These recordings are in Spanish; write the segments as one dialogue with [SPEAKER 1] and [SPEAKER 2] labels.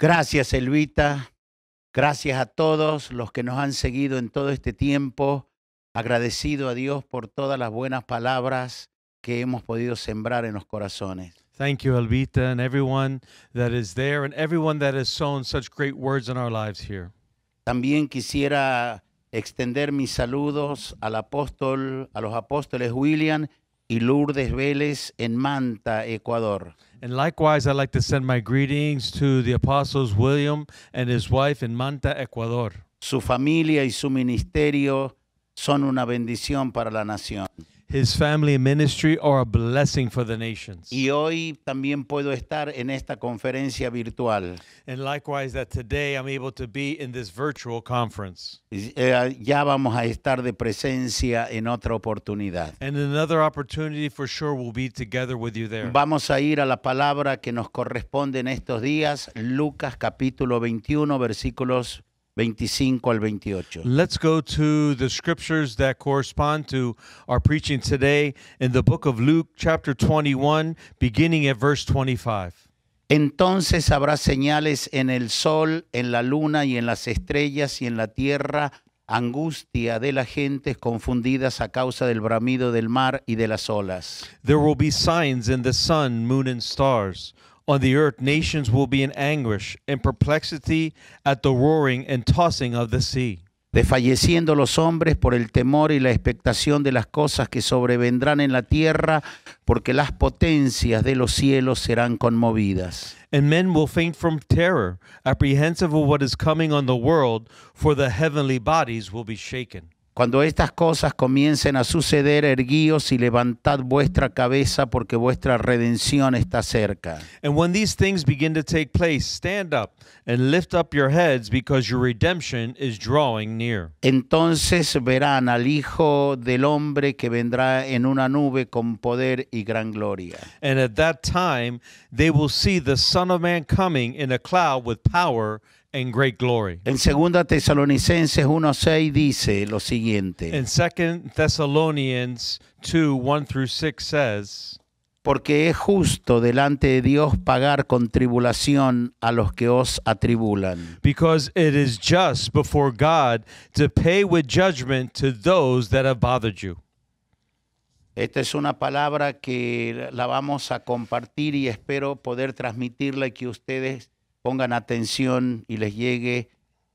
[SPEAKER 1] Gracias, Elvita. Gracias a todos los que nos han seguido en todo este tiempo. Agradecido a Dios por todas las buenas palabras que hemos podido sembrar en los corazones.
[SPEAKER 2] Thank you, Elvita, and everyone that is there, and everyone that has sown such great words in our lives here.
[SPEAKER 1] También quisiera extender mis saludos al apóstol, a los apóstoles William y Lourdes Vélez en Manta, Ecuador.
[SPEAKER 2] And likewise, I'd like to send my greetings to the apostles William and his wife in Manta, Ecuador.
[SPEAKER 1] Su familia y su ministerio son una bendición para la nación.
[SPEAKER 2] His family and ministry are a blessing for the nations.
[SPEAKER 1] Y hoy también puedo estar en esta conferencia virtual.
[SPEAKER 2] And likewise, that today I'm able to be in this virtual conference.
[SPEAKER 1] Eh, ya vamos a estar de presencia en otra oportunidad.
[SPEAKER 2] And another opportunity for sure will be together with you there.
[SPEAKER 1] Vamos a ir a la palabra que nos corresponde en estos días, Lucas capítulo 21, versículos 25 al 28.
[SPEAKER 2] Let's go to the scriptures that correspond to our preaching today in the book of Luke, chapter 21, beginning at verse 25.
[SPEAKER 1] Entonces habrá señales en el sol, en la luna y en las estrellas y en la tierra, angustia de las gentes confundidas a causa del bramido del mar y de las olas.
[SPEAKER 2] There will be signs in the sun, moon, and stars. On the earth, nations will be in anguish and perplexity at the roaring and tossing of the sea.
[SPEAKER 1] desfalleciendo los hombres por el temor y la expectación de las cosas que sobrevendrán en la tierra, porque las potencias de los cielos serán conmovidas.
[SPEAKER 2] And men will faint from terror, apprehensive of what is coming on the world, for the heavenly bodies will be shaken.
[SPEAKER 1] Cuando estas cosas comiencen a suceder, erguíos y levantad vuestra cabeza, porque vuestra redención está cerca.
[SPEAKER 2] And when these things begin to take place, stand up and lift up your heads, because your redemption is drawing near.
[SPEAKER 1] Entonces verán al Hijo del Hombre que vendrá en una nube con poder y gran gloria.
[SPEAKER 2] And at that time, they will see the Son of Man coming in a cloud with power and great glory.
[SPEAKER 1] En 2 Tesalonicenses 1.6 dice lo siguiente.
[SPEAKER 2] And Second Thessalonians 2 1 through 6 says,
[SPEAKER 1] Porque es justo delante de Dios pagar con tribulación a los que os atribulan,
[SPEAKER 2] Because it is just before God to pay with judgment to those that have bothered you.
[SPEAKER 1] Esta es una palabra que la vamos a compartir y espero poder transmitirla y que ustedes pongan atención y les llegue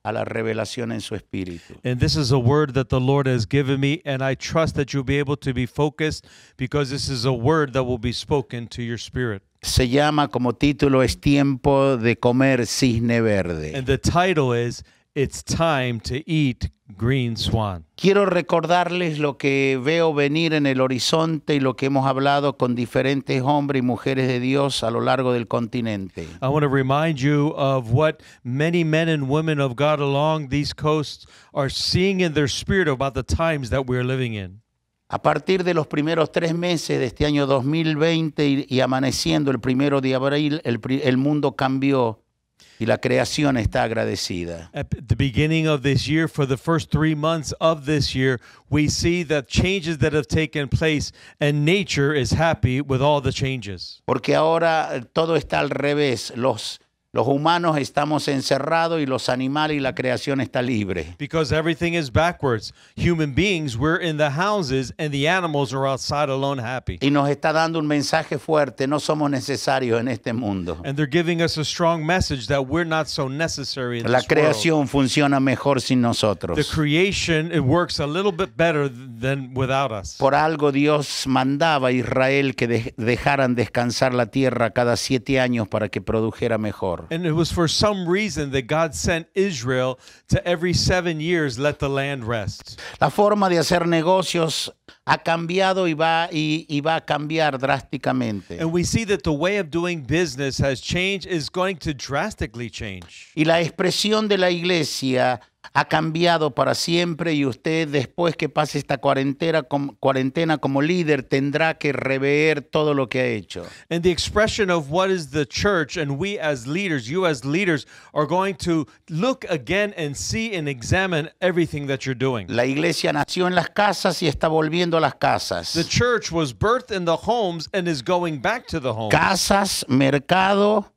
[SPEAKER 1] a la revelación en su espíritu.
[SPEAKER 2] And this is a word that the Lord has given me, and I trust that you'll be able to be focused because this is a word that will be spoken to your spirit.
[SPEAKER 1] Se llama como título Es tiempo de comer cisne verde.
[SPEAKER 2] And the title is It's Time to Eat Green Swan.
[SPEAKER 1] Quiero recordarles lo que veo venir en el horizonte y lo que hemos hablado con diferentes hombres y mujeres de Dios a lo largo del continente.
[SPEAKER 2] I want to remind you of what many men and women of God along these coasts are seeing in their spirit about the times that we're living in.
[SPEAKER 1] A partir de los primeros tres meses de este año 2020 y, y amaneciendo el primero de abril, el, pri- el mundo cambió y la creación está agradecida.
[SPEAKER 2] At the beginning of this year, for the first three months of this year, we see the changes that have taken place, and nature is happy with all the changes.
[SPEAKER 1] Porque ahora eh, todo está al revés. Los, los humanos estamos encerrados y los animales y la creación está libre.
[SPEAKER 2] Because everything is backwards. Human beings, we're in the houses, and the animals are outside alone happy.
[SPEAKER 1] Y nos está dando un mensaje fuerte, no somos necesarios en este mundo.
[SPEAKER 2] And they're giving us a strong message that we're not so necessary in
[SPEAKER 1] La
[SPEAKER 2] this world.
[SPEAKER 1] creación funciona mejor sin
[SPEAKER 2] The
[SPEAKER 1] nosotros.
[SPEAKER 2] creation, it works a little bit better than without us.
[SPEAKER 1] Por algo Dios mandaba a Israel que de- dejaran descansar la tierra cada siete años para que produjera mejor. Señor.
[SPEAKER 2] And it was for some reason that God sent Israel to every seven years let the land rest.
[SPEAKER 1] La forma de hacer negocios ha cambiado y va, y, y va a cambiar drásticamente.
[SPEAKER 2] And we see that the way of doing business has changed, is going to drastically change.
[SPEAKER 1] Y la expresión de la iglesia ha cambiado para siempre y usted después que pase esta cuarentena, com- cuarentena como líder tendrá que rever todo lo que ha hecho.
[SPEAKER 2] And the expression of what is the church, and we as leaders, you as leaders, are going to look again and see and examine everything that you're doing.
[SPEAKER 1] La iglesia nació en las casas y está volviendo a las
[SPEAKER 2] The
[SPEAKER 1] casas.
[SPEAKER 2] church was birthed in the homes and is going back to the home.
[SPEAKER 1] Casas, mercado,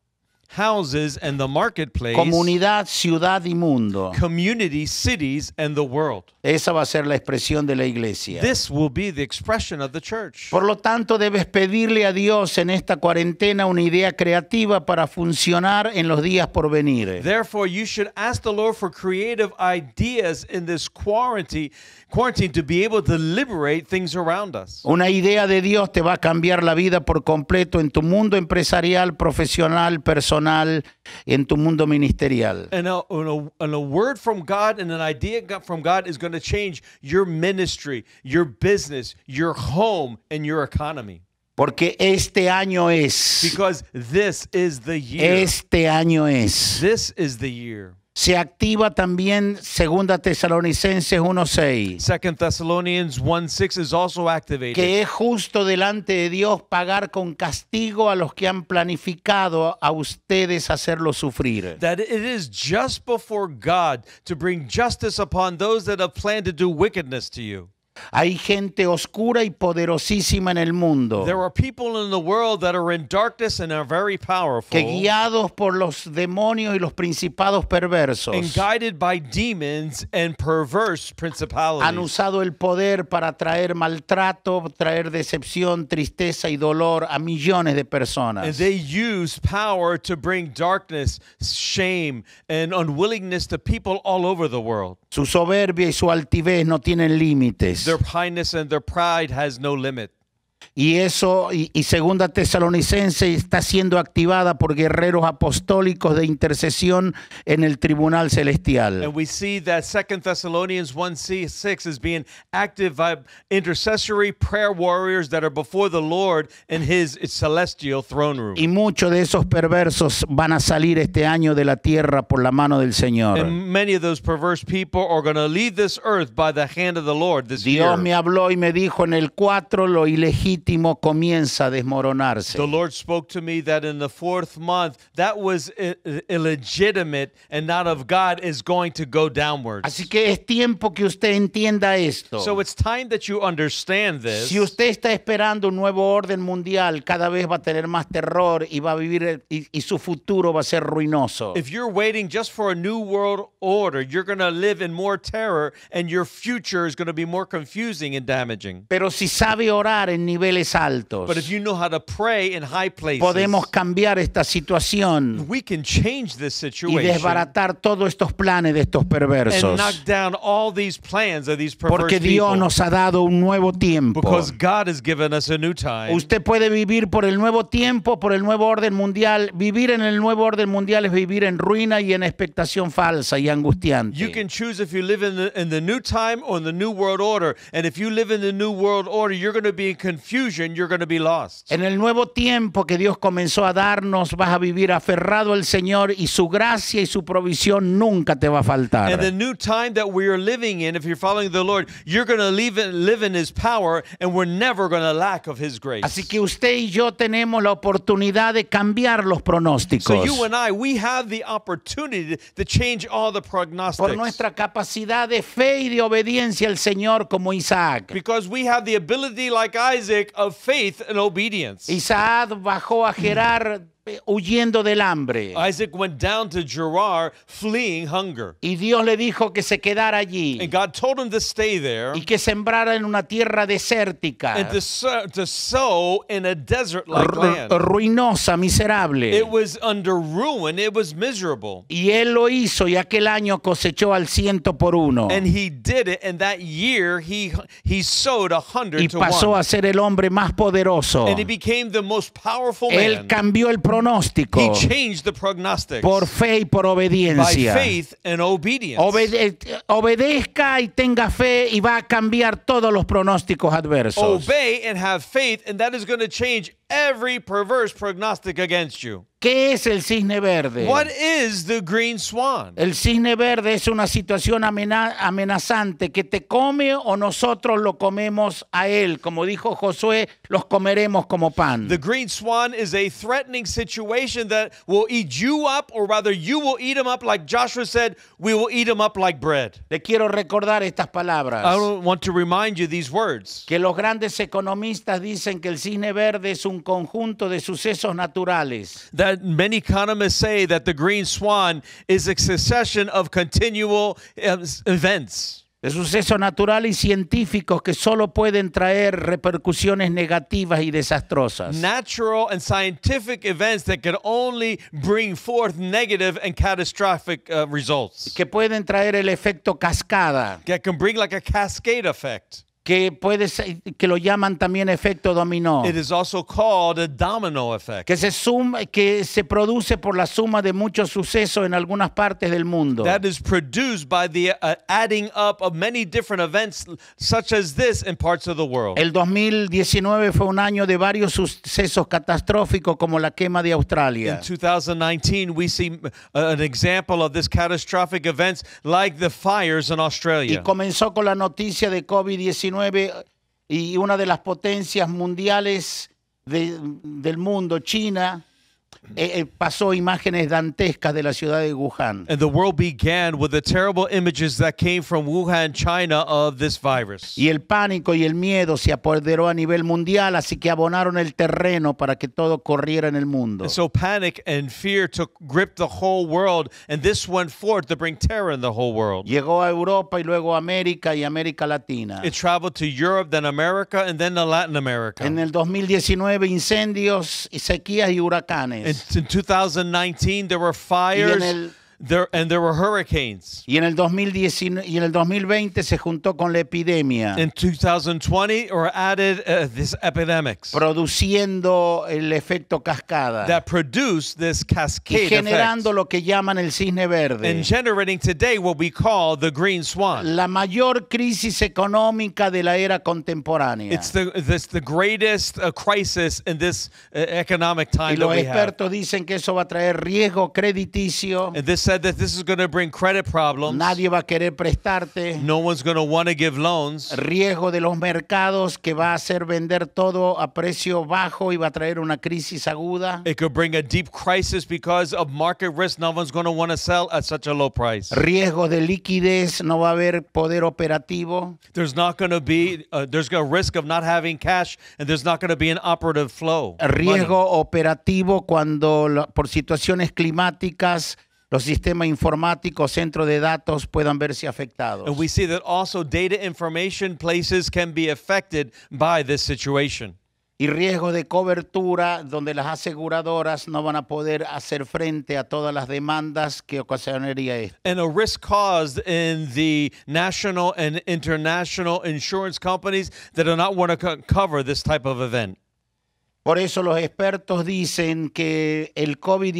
[SPEAKER 2] Houses and the marketplace,
[SPEAKER 1] comunidad, ciudad y mundo.
[SPEAKER 2] community, cities, and the world.
[SPEAKER 1] Esa va a ser la expresión de la iglesia.
[SPEAKER 2] This will be the expression of the church.
[SPEAKER 1] Por lo tanto, debes pedirle a Dios en esta cuarentena una idea creativa para funcionar en los días por venir.
[SPEAKER 2] Therefore, you should ask the Lord for creative ideas in this quarantine, quarantine to be able to liberate things around us.
[SPEAKER 1] Una idea de Dios te va a cambiar la vida por completo en tu mundo empresarial, profesional, personal, en tu mundo ministerial.
[SPEAKER 2] And a, and a, and a word from God and an idea go- from God is going to change your ministry, your business, your home, and your economy.
[SPEAKER 1] Porque este año es.
[SPEAKER 2] Because this is the year.
[SPEAKER 1] Este año es.
[SPEAKER 2] This is the year.
[SPEAKER 1] Se activa también Segunda Tesalonicenses 1:6.
[SPEAKER 2] Second Thessalonians 1 6 is also activated.
[SPEAKER 1] que es justo delante de Dios pagar con castigo a los que han planificado a ustedes hacerlo sufrir.
[SPEAKER 2] That it is just before God to bring justice upon those that have planned to do wickedness to you.
[SPEAKER 1] Hay gente oscura y poderosísima en el mundo
[SPEAKER 2] There are people in the world that are in darkness and are very powerful
[SPEAKER 1] que guiados por los demonios y los principados
[SPEAKER 2] and
[SPEAKER 1] perversos
[SPEAKER 2] guided by demons and perverse
[SPEAKER 1] han
[SPEAKER 2] principalities.
[SPEAKER 1] usado el poder para traer maltrato, traer decepción, tristeza y dolor a millones de
[SPEAKER 2] And
[SPEAKER 1] personas.
[SPEAKER 2] they use power to bring darkness, shame, and unwillingness to people all over the world.
[SPEAKER 1] Su soberbia y su altivez no tienen límites.
[SPEAKER 2] Their kindness and their pride has no limit.
[SPEAKER 1] Y eso, y, y segunda tesalonicense está siendo activada por guerreros apostólicos de intercesión en el tribunal celestial.
[SPEAKER 2] And we see that Second Thessalonians 1 C 6 is being active by intercessory prayer warriors that are before the Lord in his celestial throne room.
[SPEAKER 1] Y muchos de esos perversos van a salir este año de la tierra por la mano del Señor.
[SPEAKER 2] And many of those perverse people are going to leave this earth by the hand of the Lord this
[SPEAKER 1] Dios me
[SPEAKER 2] year.
[SPEAKER 1] habló y me dijo en el 4 lo ilegítimo comienza a desmoronarse.
[SPEAKER 2] The Lord spoke to me that in the fourth month, that was i- i- illegitimate and not of God, is going to go downwards.
[SPEAKER 1] Así que es tiempo que usted entienda
[SPEAKER 2] So
[SPEAKER 1] esto.
[SPEAKER 2] it's time that you understand this.
[SPEAKER 1] Si usted está esperando un nuevo orden mundial, cada vez va a tener más terror y va a vivir y, y su futuro va a ser ruinoso.
[SPEAKER 2] If you're waiting just for a new world order, you're going to live in more terror and your future is going to be more confusing and damaging.
[SPEAKER 1] Pero si sabe orar en niveles altos,
[SPEAKER 2] But if you know how to pray in high places,
[SPEAKER 1] podemos cambiar esta situación
[SPEAKER 2] we can change this
[SPEAKER 1] y
[SPEAKER 2] situation
[SPEAKER 1] desbaratar todos estos planes de estos
[SPEAKER 2] and knock
[SPEAKER 1] perversos.
[SPEAKER 2] down all these plans of these perverse
[SPEAKER 1] Porque
[SPEAKER 2] people.
[SPEAKER 1] Dios nos ha dado un nuevo tiempo.
[SPEAKER 2] because God has given us a new time.
[SPEAKER 1] Usted puede vivir por el nuevo tiempo, por el nuevo orden mundial. Vivir en el nuevo orden mundial es vivir en ruina y en expectación falsa y
[SPEAKER 2] You
[SPEAKER 1] angustiante.
[SPEAKER 2] can choose if you live in the, in the new time or in the new world order. And if you live in the new world order, you're going to be in confusion. You're going to be lost.
[SPEAKER 1] En el nuevo tiempo que Dios comenzó a darnos, vas a vivir aferrado al Señor y su gracia y su provisión nunca te va a faltar.
[SPEAKER 2] And the new time that we are living in, if you're following the Lord, you're going to leave it, live in His power, and we're never going to lack of His grace.
[SPEAKER 1] Así que usted y yo tenemos la oportunidad de cambiar los
[SPEAKER 2] so
[SPEAKER 1] pronósticos.
[SPEAKER 2] you and I, we have the opportunity to change all the
[SPEAKER 1] por
[SPEAKER 2] prognostics
[SPEAKER 1] nuestra capacidad de fe y de obediencia al Señor como Isaac.
[SPEAKER 2] because we have the ability, like Isaac, of faith and obedience.
[SPEAKER 1] Isaac bajó a Gerar eh, huyendo del hambre.
[SPEAKER 2] Isaac went down to Gerar fleeing hunger,
[SPEAKER 1] Y Dios le dijo que se quedara allí
[SPEAKER 2] and God told him to stay there
[SPEAKER 1] y que sembrara en una tierra desértica,
[SPEAKER 2] and to sow, to sow in a desert-like
[SPEAKER 1] ru-
[SPEAKER 2] land.
[SPEAKER 1] ruinosa, miserable.
[SPEAKER 2] It was under ruin. It was miserable.
[SPEAKER 1] Y él lo hizo y aquel año cosechó al ciento por uno.
[SPEAKER 2] and he did it and that year he he sowed a hundred
[SPEAKER 1] Y
[SPEAKER 2] to
[SPEAKER 1] pasó
[SPEAKER 2] one
[SPEAKER 1] a ser el hombre más poderoso.
[SPEAKER 2] and he became the most powerful
[SPEAKER 1] Él
[SPEAKER 2] man
[SPEAKER 1] cambió el pronóstico
[SPEAKER 2] He changed the prognostics
[SPEAKER 1] por fe y por
[SPEAKER 2] by
[SPEAKER 1] obediencia.
[SPEAKER 2] faith and obedience.
[SPEAKER 1] Obede- obedezca y tenga fe y va a cambiar todos los pronósticos adversos.
[SPEAKER 2] Obey and have faith, and that is going to change every perverse prognostic against you.
[SPEAKER 1] ¿Qué es el cisne verde?
[SPEAKER 2] What is the green swan?
[SPEAKER 1] El cisne verde es una situación amena- amenazante que te come o nosotros lo comemos a él. Como dijo Josué, los comeremos como pan.
[SPEAKER 2] The green swan is a threatening situation that will eat you up, or rather, you will eat him up, like Joshua said, we will eat him up like bread.
[SPEAKER 1] Le quiero recordar estas palabras.
[SPEAKER 2] I don't want to remind you these words.
[SPEAKER 1] que los grandes economistas dicen que el cisne verde es un conjunto de sucesos naturales
[SPEAKER 2] That many economists say that the green swan is a succession of continual uh, s- events.
[SPEAKER 1] de sucesos naturales y científicos que solo pueden traer repercusiones negativas y desastrosas.
[SPEAKER 2] natural and scientific events that can only bring forth negative and catastrophic uh, results
[SPEAKER 1] que pueden traer el efecto cascada,
[SPEAKER 2] that can bring like a cascade effect.
[SPEAKER 1] que puede ser- que lo llaman también efecto dominó,
[SPEAKER 2] It is also called a domino effect.
[SPEAKER 1] que se suma, que se produce por la suma de muchos sucesos en algunas partes del mundo.
[SPEAKER 2] That is produced by the uh, adding up of many different events, such as this, in parts of the world.
[SPEAKER 1] El 2019 fue un año de varios sucesos catastróficos como la quema de Australia.
[SPEAKER 2] In 2019, we see uh, an example of this catastrophic events, like the fires in
[SPEAKER 1] Y
[SPEAKER 2] Australia.
[SPEAKER 1] comenzó con la noticia de COVID-19 y una de las potencias mundiales de- del mundo, China, eh, eh, pasó imágenes dantescas de la ciudad de Wuhan.
[SPEAKER 2] And the world began with the terrible images that came from Wuhan, China, of this virus.
[SPEAKER 1] Y el pánico y el miedo se apoderó a nivel mundial, así que abonaron el terreno para que todo corriera en el mundo.
[SPEAKER 2] And so panic and fear took grip the whole world, and this went forth to bring terror in the whole world.
[SPEAKER 1] Llegó a Europa y luego a América y América Latina.
[SPEAKER 2] It traveled to Europe, then America, and then to Latin America.
[SPEAKER 1] En el 2019 incendios y sequías y
[SPEAKER 2] And
[SPEAKER 1] huracanes.
[SPEAKER 2] in 2019, there were fires,
[SPEAKER 1] el-
[SPEAKER 2] there and there were hurricanes.
[SPEAKER 1] Y en el 2019 y en el 2020 se juntó con la epidemia,
[SPEAKER 2] In 2020, or added uh, this epidemics
[SPEAKER 1] produciendo el efecto cascada
[SPEAKER 2] that produced this
[SPEAKER 1] y
[SPEAKER 2] cascade effect,
[SPEAKER 1] generando lo que llaman el cisne verde.
[SPEAKER 2] and generating today what we call the green swan.
[SPEAKER 1] La mayor crisis económica de la era contemporánea.
[SPEAKER 2] It's the this the greatest uh, crisis in this uh, economic
[SPEAKER 1] Y
[SPEAKER 2] time that
[SPEAKER 1] los
[SPEAKER 2] we have.
[SPEAKER 1] expertos dicen que eso va a traer riesgo crediticio.
[SPEAKER 2] And this said that this is going to bring credit problems.
[SPEAKER 1] Nadie va a querer prestarte.
[SPEAKER 2] No one's going to want to give loans.
[SPEAKER 1] Riesgo de los mercados que va a hacer vender todo a precio bajo y va a traer una crisis aguda.
[SPEAKER 2] It could bring a deep crisis because of market risk. No one's going to want to sell at such a low price.
[SPEAKER 1] Riesgo de liquidez, no va a haber poder operativo.
[SPEAKER 2] There's not going to be, uh, there's a risk of not having cash and there's not going to be an operative flow. of money.
[SPEAKER 1] Riesgo operativo cuando la- por situaciones climáticas los sistemas informáticos, centros de datos puedan verse afectados.
[SPEAKER 2] And we see that also data information places can be affected by this situation.
[SPEAKER 1] y riesgo de cobertura donde las aseguradoras no van a poder hacer frente a todas las demandas que ocasionaría esto.
[SPEAKER 2] And a risk caused in the national and international insurance companies that do not want to co- cover this type of event.
[SPEAKER 1] Por eso los expertos dicen que el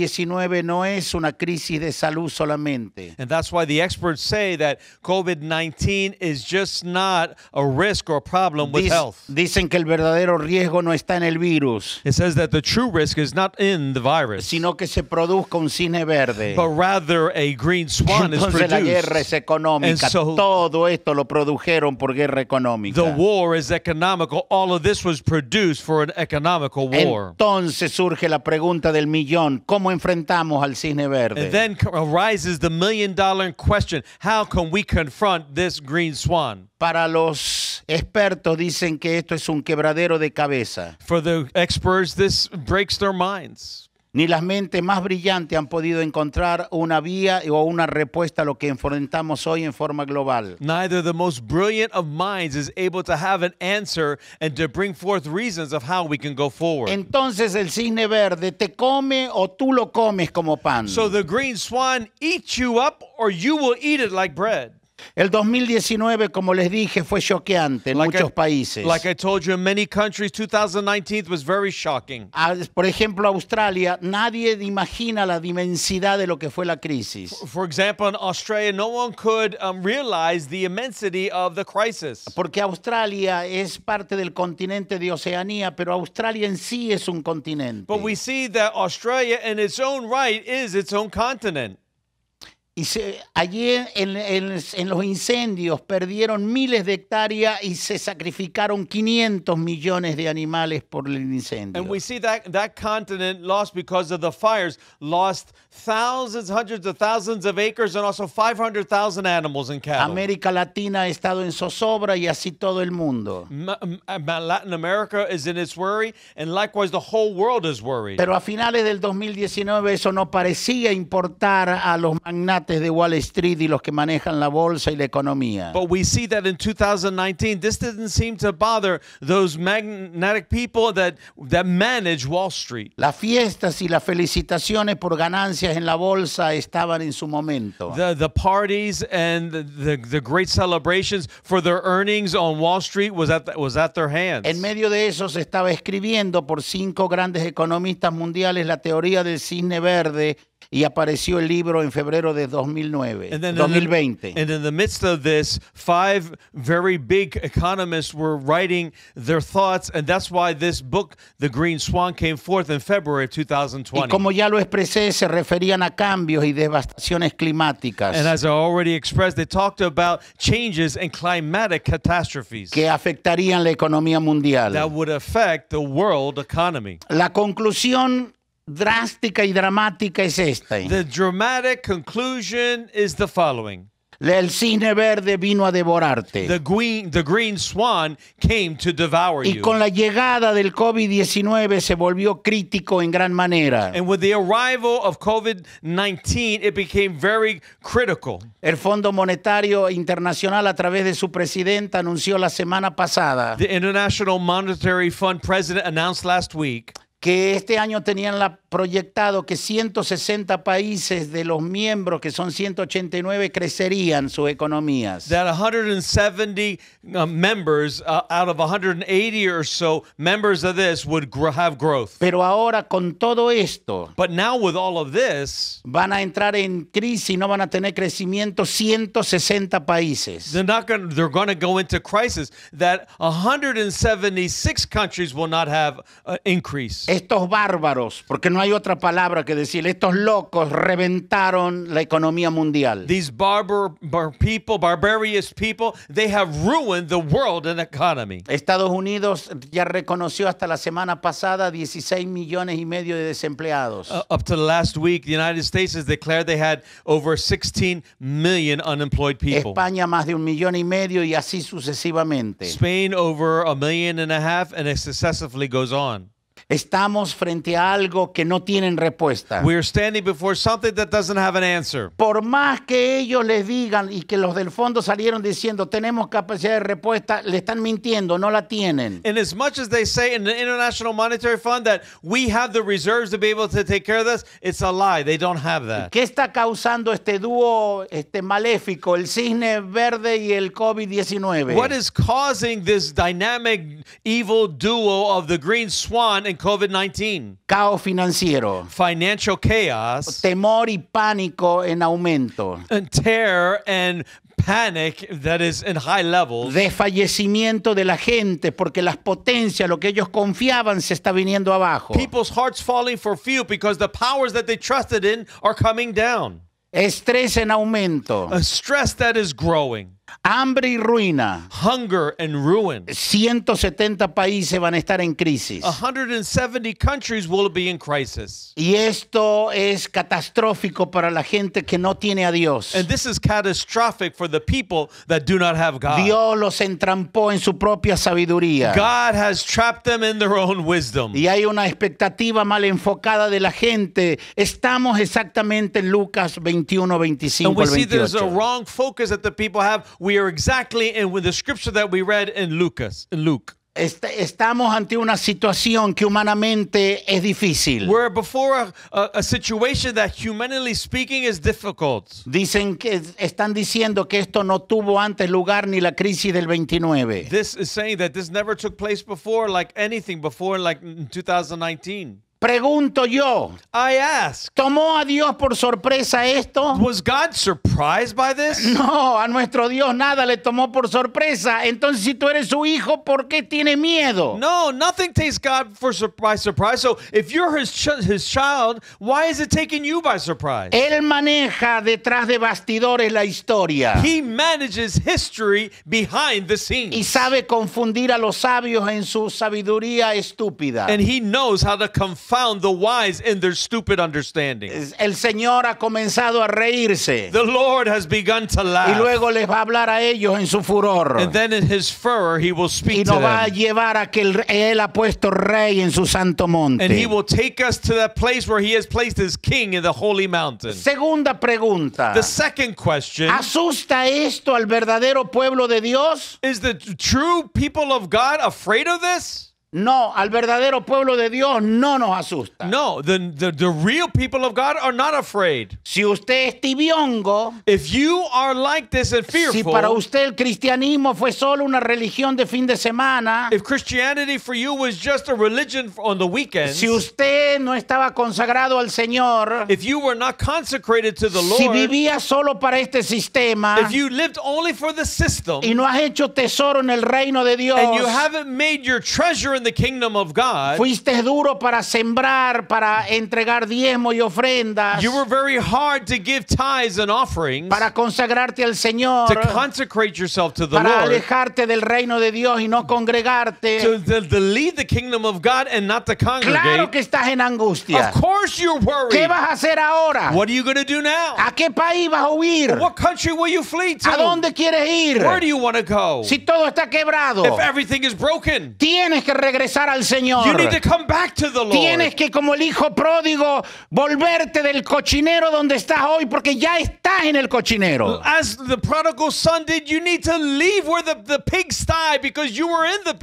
[SPEAKER 1] COVID-19 no es una crisis de salud solamente,
[SPEAKER 2] And that's why the experts say that COVID 19 is just not a risk or problem with
[SPEAKER 1] Dic-
[SPEAKER 2] health.
[SPEAKER 1] dicen que el verdadero riesgo no está en el virus,
[SPEAKER 2] It says that the true risk is not in the virus,
[SPEAKER 1] sino que se produzca un cine verde.
[SPEAKER 2] but rather a green swan is
[SPEAKER 1] Entonces la guerra es
[SPEAKER 2] produced.
[SPEAKER 1] económica.
[SPEAKER 2] And so-
[SPEAKER 1] Todo esto lo produjeron por guerra económica.
[SPEAKER 2] The war is economical. All of this was produced for an economical war.
[SPEAKER 1] Entonces surge la pregunta del millón, ¿cómo enfrentamos al cisne verde?
[SPEAKER 2] And then co- arises the million dollar question how can we confront this green swan?
[SPEAKER 1] Para los expertos dicen que esto es un quebradero de cabeza.
[SPEAKER 2] For the experts, this breaks their minds.
[SPEAKER 1] Ni las mentes más brillantes han podido encontrar una vía o una respuesta a lo que enfrentamos hoy en forma global.
[SPEAKER 2] Neither the most brilliant of minds is able to have an answer and to bring forth reasons of how we can go forward.
[SPEAKER 1] Entonces el cisne verde te come o tú lo comes como pan.
[SPEAKER 2] so the green swan eats you up, or you will eat it like bread.
[SPEAKER 1] El 2019, como les dije, fue choqueante en
[SPEAKER 2] Like
[SPEAKER 1] muchos
[SPEAKER 2] I-
[SPEAKER 1] países.
[SPEAKER 2] Like I told you, in many countries, 2019 was very shocking.
[SPEAKER 1] Ah, Por ejemplo, Australia, nadie imagina la dimensidad de lo que fue la crisis.
[SPEAKER 2] For example, in Australia, no one could um, realize the immensity of the crisis.
[SPEAKER 1] Porque Australia es parte del continente de Oceanía, pero Australia en sí es un continente.
[SPEAKER 2] But we see that Australia, in its own right, is its own continent.
[SPEAKER 1] Y se- allí en, en- en los incendios perdieron miles de hectáreas y se sacrificaron 500 millones de animales por el incendio.
[SPEAKER 2] And we see that that continent lost because of the fires, lost thousands, hundreds of thousands of acres, and also 500,000 animals and cattle.
[SPEAKER 1] América Latina ha estado en zozobra y así todo el mundo.
[SPEAKER 2] Ma- m- ma- Latin America is in its worry, and likewise, the whole world is worried.
[SPEAKER 1] Pero a finales del 2019 eso no parecía importar a los magnates de Wall Street y los que manejan la bolsa y la economía.
[SPEAKER 2] But we see that in 2019, this didn't seem to bother those magnetic people that that manage Wall Street.
[SPEAKER 1] Las fiestas y las felicitaciones por ganancias en la bolsa estaban en su momento.
[SPEAKER 2] The the parties and the, the, the great celebrations for their earnings on Wall Street was at was at their hands.
[SPEAKER 1] En medio de eso se estaba escribiendo por cinco grandes economistas mundiales la teoría del cisne verde y apareció el libro en febrero de 2009,
[SPEAKER 2] And then In
[SPEAKER 1] 2020.
[SPEAKER 2] the, and in the midst of this, five very big economists were writing their thoughts, and that's why this book, The Green Swan, came forth in February of
[SPEAKER 1] Y
[SPEAKER 2] 2020.
[SPEAKER 1] como ya lo expresé, se referían a cambios y devastaciones
[SPEAKER 2] and
[SPEAKER 1] climáticas
[SPEAKER 2] as I already expressed, they talked about changes and climatic catastrophes
[SPEAKER 1] que afectarían la economía
[SPEAKER 2] that
[SPEAKER 1] mundial.
[SPEAKER 2] would affect the world economy.
[SPEAKER 1] La conclusión drástica y dramática es esta.
[SPEAKER 2] The dramatic conclusion is the following:
[SPEAKER 1] El cisne verde vino a devorarte.
[SPEAKER 2] the green, the green swan came to devour
[SPEAKER 1] Y
[SPEAKER 2] you.
[SPEAKER 1] con la llegada del COVID-19 se volvió crítico en gran manera.
[SPEAKER 2] And with the arrival of COVID 19, it became very critical.
[SPEAKER 1] El Fondo Monetario Internacional a través de su presidenta anunció la semana pasada
[SPEAKER 2] The International Monetary Fund president announced last week
[SPEAKER 1] que este año tenían la- proyectado que 160 países de los miembros, que son 189, crecerían sus economías.
[SPEAKER 2] that 170 uh, members uh, out of 180 or so members of this would gr- have growth.
[SPEAKER 1] Pero ahora con todo esto
[SPEAKER 2] But now, with all of this,
[SPEAKER 1] van a entrar en crisis y no van a tener crecimiento 160 países.
[SPEAKER 2] they're not going. They're going to go into crisis. That 176 countries will not have an increase.
[SPEAKER 1] Estos bárbaros, porque no hay otra palabra que decir, estos locos reventaron la economía mundial.
[SPEAKER 2] These barbar bar people, barbarous people, they have ruined the world and economy.
[SPEAKER 1] Estados Unidos ya reconoció hasta la semana pasada 16 millones y medio de desempleados.
[SPEAKER 2] Uh, up to last week, the United States has declared they had over 16 million unemployed people.
[SPEAKER 1] España más de un millón y medio y así sucesivamente.
[SPEAKER 2] Spain over a million and a half, and it successively goes on.
[SPEAKER 1] Estamos frente a algo que no tienen respuesta.
[SPEAKER 2] We are standing before something that doesn't have an answer.
[SPEAKER 1] Por más que ellos les digan y que los del fondo salieron diciendo tenemos capacidad de respuesta, le están mintiendo, no la tienen.
[SPEAKER 2] And as much as they say in the International Monetary Fund that we have the reserves to be able to take care of this, it's a lie. They don't have that.
[SPEAKER 1] ¿Qué está causando este dúo este maléfico, el cisne verde y el
[SPEAKER 2] What
[SPEAKER 1] COVID-19?
[SPEAKER 2] is causing this dynamic evil duo of the green swan and COVID 19?
[SPEAKER 1] Caos financiero.
[SPEAKER 2] Financial chaos
[SPEAKER 1] temor y pánico en aumento,
[SPEAKER 2] and terror and panic that is in high levels.
[SPEAKER 1] desfallecimiento de la gente, porque las potencias, lo que ellos confiaban, se está viniendo abajo.
[SPEAKER 2] People's hearts falling for few because the powers that they trusted in are coming down.
[SPEAKER 1] Estrés en aumento,
[SPEAKER 2] A stress that is growing,
[SPEAKER 1] hambre y ruina.
[SPEAKER 2] hunger and ruin.
[SPEAKER 1] 170 países van a estar en crisis.
[SPEAKER 2] Ah. 170 countries will be in crisis.
[SPEAKER 1] Y esto es catastrófico para la gente que no tiene a Dios.
[SPEAKER 2] And this is catastrophic for the people that do not have God.
[SPEAKER 1] Dios los entrampó en su propia sabiduría.
[SPEAKER 2] God has trapped them in their own wisdom.
[SPEAKER 1] Y hay una expectativa mal enfocada de la gente. Estamos exactamente en Lucas 21, 25
[SPEAKER 2] And we
[SPEAKER 1] al
[SPEAKER 2] see there's a
[SPEAKER 1] 28.
[SPEAKER 2] wrong focus that the people have. We are exactly in with the scripture that we read in Lucas, in Luke.
[SPEAKER 1] Est- estamos ante una situación que humanamente es difícil.
[SPEAKER 2] We're before a, a, a situation that, humanly speaking, is difficult.
[SPEAKER 1] Dicen que están diciendo que esto no tuvo antes lugar ni la crisis del 29.
[SPEAKER 2] This is saying that this never took place before, like anything before, like in 2019.
[SPEAKER 1] Pregunto yo,
[SPEAKER 2] I ask,
[SPEAKER 1] ¿tomó a Dios por sorpresa esto?
[SPEAKER 2] was God surprised by this?
[SPEAKER 1] No, a nuestro Dios nada le tomó por sorpresa. Entonces, si tú eres su hijo, ¿por qué tiene miedo?
[SPEAKER 2] No, nothing takes God for sur- by surprise. So if you're his ch- his child, why is it taking you by surprise?
[SPEAKER 1] Él maneja detrás de bastidores la historia
[SPEAKER 2] He manages history behind the
[SPEAKER 1] y
[SPEAKER 2] scenes.
[SPEAKER 1] sabe confundir a los sabios en su sabiduría estúpida.
[SPEAKER 2] And he knows how to confound the wise in their stupid understanding.
[SPEAKER 1] El Señor ha comenzado a reírse
[SPEAKER 2] The Lord has begun to
[SPEAKER 1] y
[SPEAKER 2] laugh.
[SPEAKER 1] luego les va a hablar a ellos en su furor.
[SPEAKER 2] And then in his furor, he will
[SPEAKER 1] y
[SPEAKER 2] speak to
[SPEAKER 1] nos va a
[SPEAKER 2] them.
[SPEAKER 1] llevar a que el- Él ha puesto rey en su santo
[SPEAKER 2] And
[SPEAKER 1] monte.
[SPEAKER 2] he will take us to that place where he has placed his king in the holy mountain.
[SPEAKER 1] Segunda pregunta.
[SPEAKER 2] The second question
[SPEAKER 1] ¿Asusta esto al verdadero pueblo de Dios?
[SPEAKER 2] is the true people of God afraid of this?
[SPEAKER 1] No, al verdadero pueblo de Dios no nos asusta.
[SPEAKER 2] No, the, the, the real people of God are not afraid.
[SPEAKER 1] Si usted es tibiongo,
[SPEAKER 2] If you are like this and
[SPEAKER 1] si para
[SPEAKER 2] fearful,
[SPEAKER 1] usted el cristianismo fue solo una religión de fin de semana,
[SPEAKER 2] if Christianity for you was just a religion on the weekends,
[SPEAKER 1] si usted no estaba consagrado al Señor,
[SPEAKER 2] if you were not consecrated to the
[SPEAKER 1] si
[SPEAKER 2] Lord,
[SPEAKER 1] vivía solo para este sistema
[SPEAKER 2] if you lived only for the system,
[SPEAKER 1] ah. y no has hecho tesoro en el reino de Dios,
[SPEAKER 2] and you haven't made your treasure in the kingdom of God,
[SPEAKER 1] fuiste duro para sembrar, para entregar diezmo y ofrendas,
[SPEAKER 2] you were very hard to give tithes and offerings
[SPEAKER 1] para consagrarte al Señor,
[SPEAKER 2] to consecrate yourself to the
[SPEAKER 1] para
[SPEAKER 2] Lord,
[SPEAKER 1] alejarte del reino de Dios y no congregarte.
[SPEAKER 2] to, to, to lead the kingdom of God and not to
[SPEAKER 1] Claro
[SPEAKER 2] congregate.
[SPEAKER 1] que estás en angustia.
[SPEAKER 2] Of course you're
[SPEAKER 1] ¿Qué
[SPEAKER 2] worried.
[SPEAKER 1] vas a hacer ahora?
[SPEAKER 2] What are you going to do now?
[SPEAKER 1] ¿A qué país vas a huir?
[SPEAKER 2] What country will you flee to?
[SPEAKER 1] ¿A dónde quieres ir?
[SPEAKER 2] Where do you want to go?
[SPEAKER 1] Si todo está quebrado,
[SPEAKER 2] If everything is broken,
[SPEAKER 1] tienes que regresar al
[SPEAKER 2] you need to
[SPEAKER 1] Señor.
[SPEAKER 2] come back to the
[SPEAKER 1] Tienes
[SPEAKER 2] Lord.
[SPEAKER 1] que, como el hijo pródigo, volverte del cochinero donde estás hoy, porque ya estás en el cochinero.
[SPEAKER 2] As the prodigal son did, you need to leave where the, the pigsty because you were in the
[SPEAKER 1] Los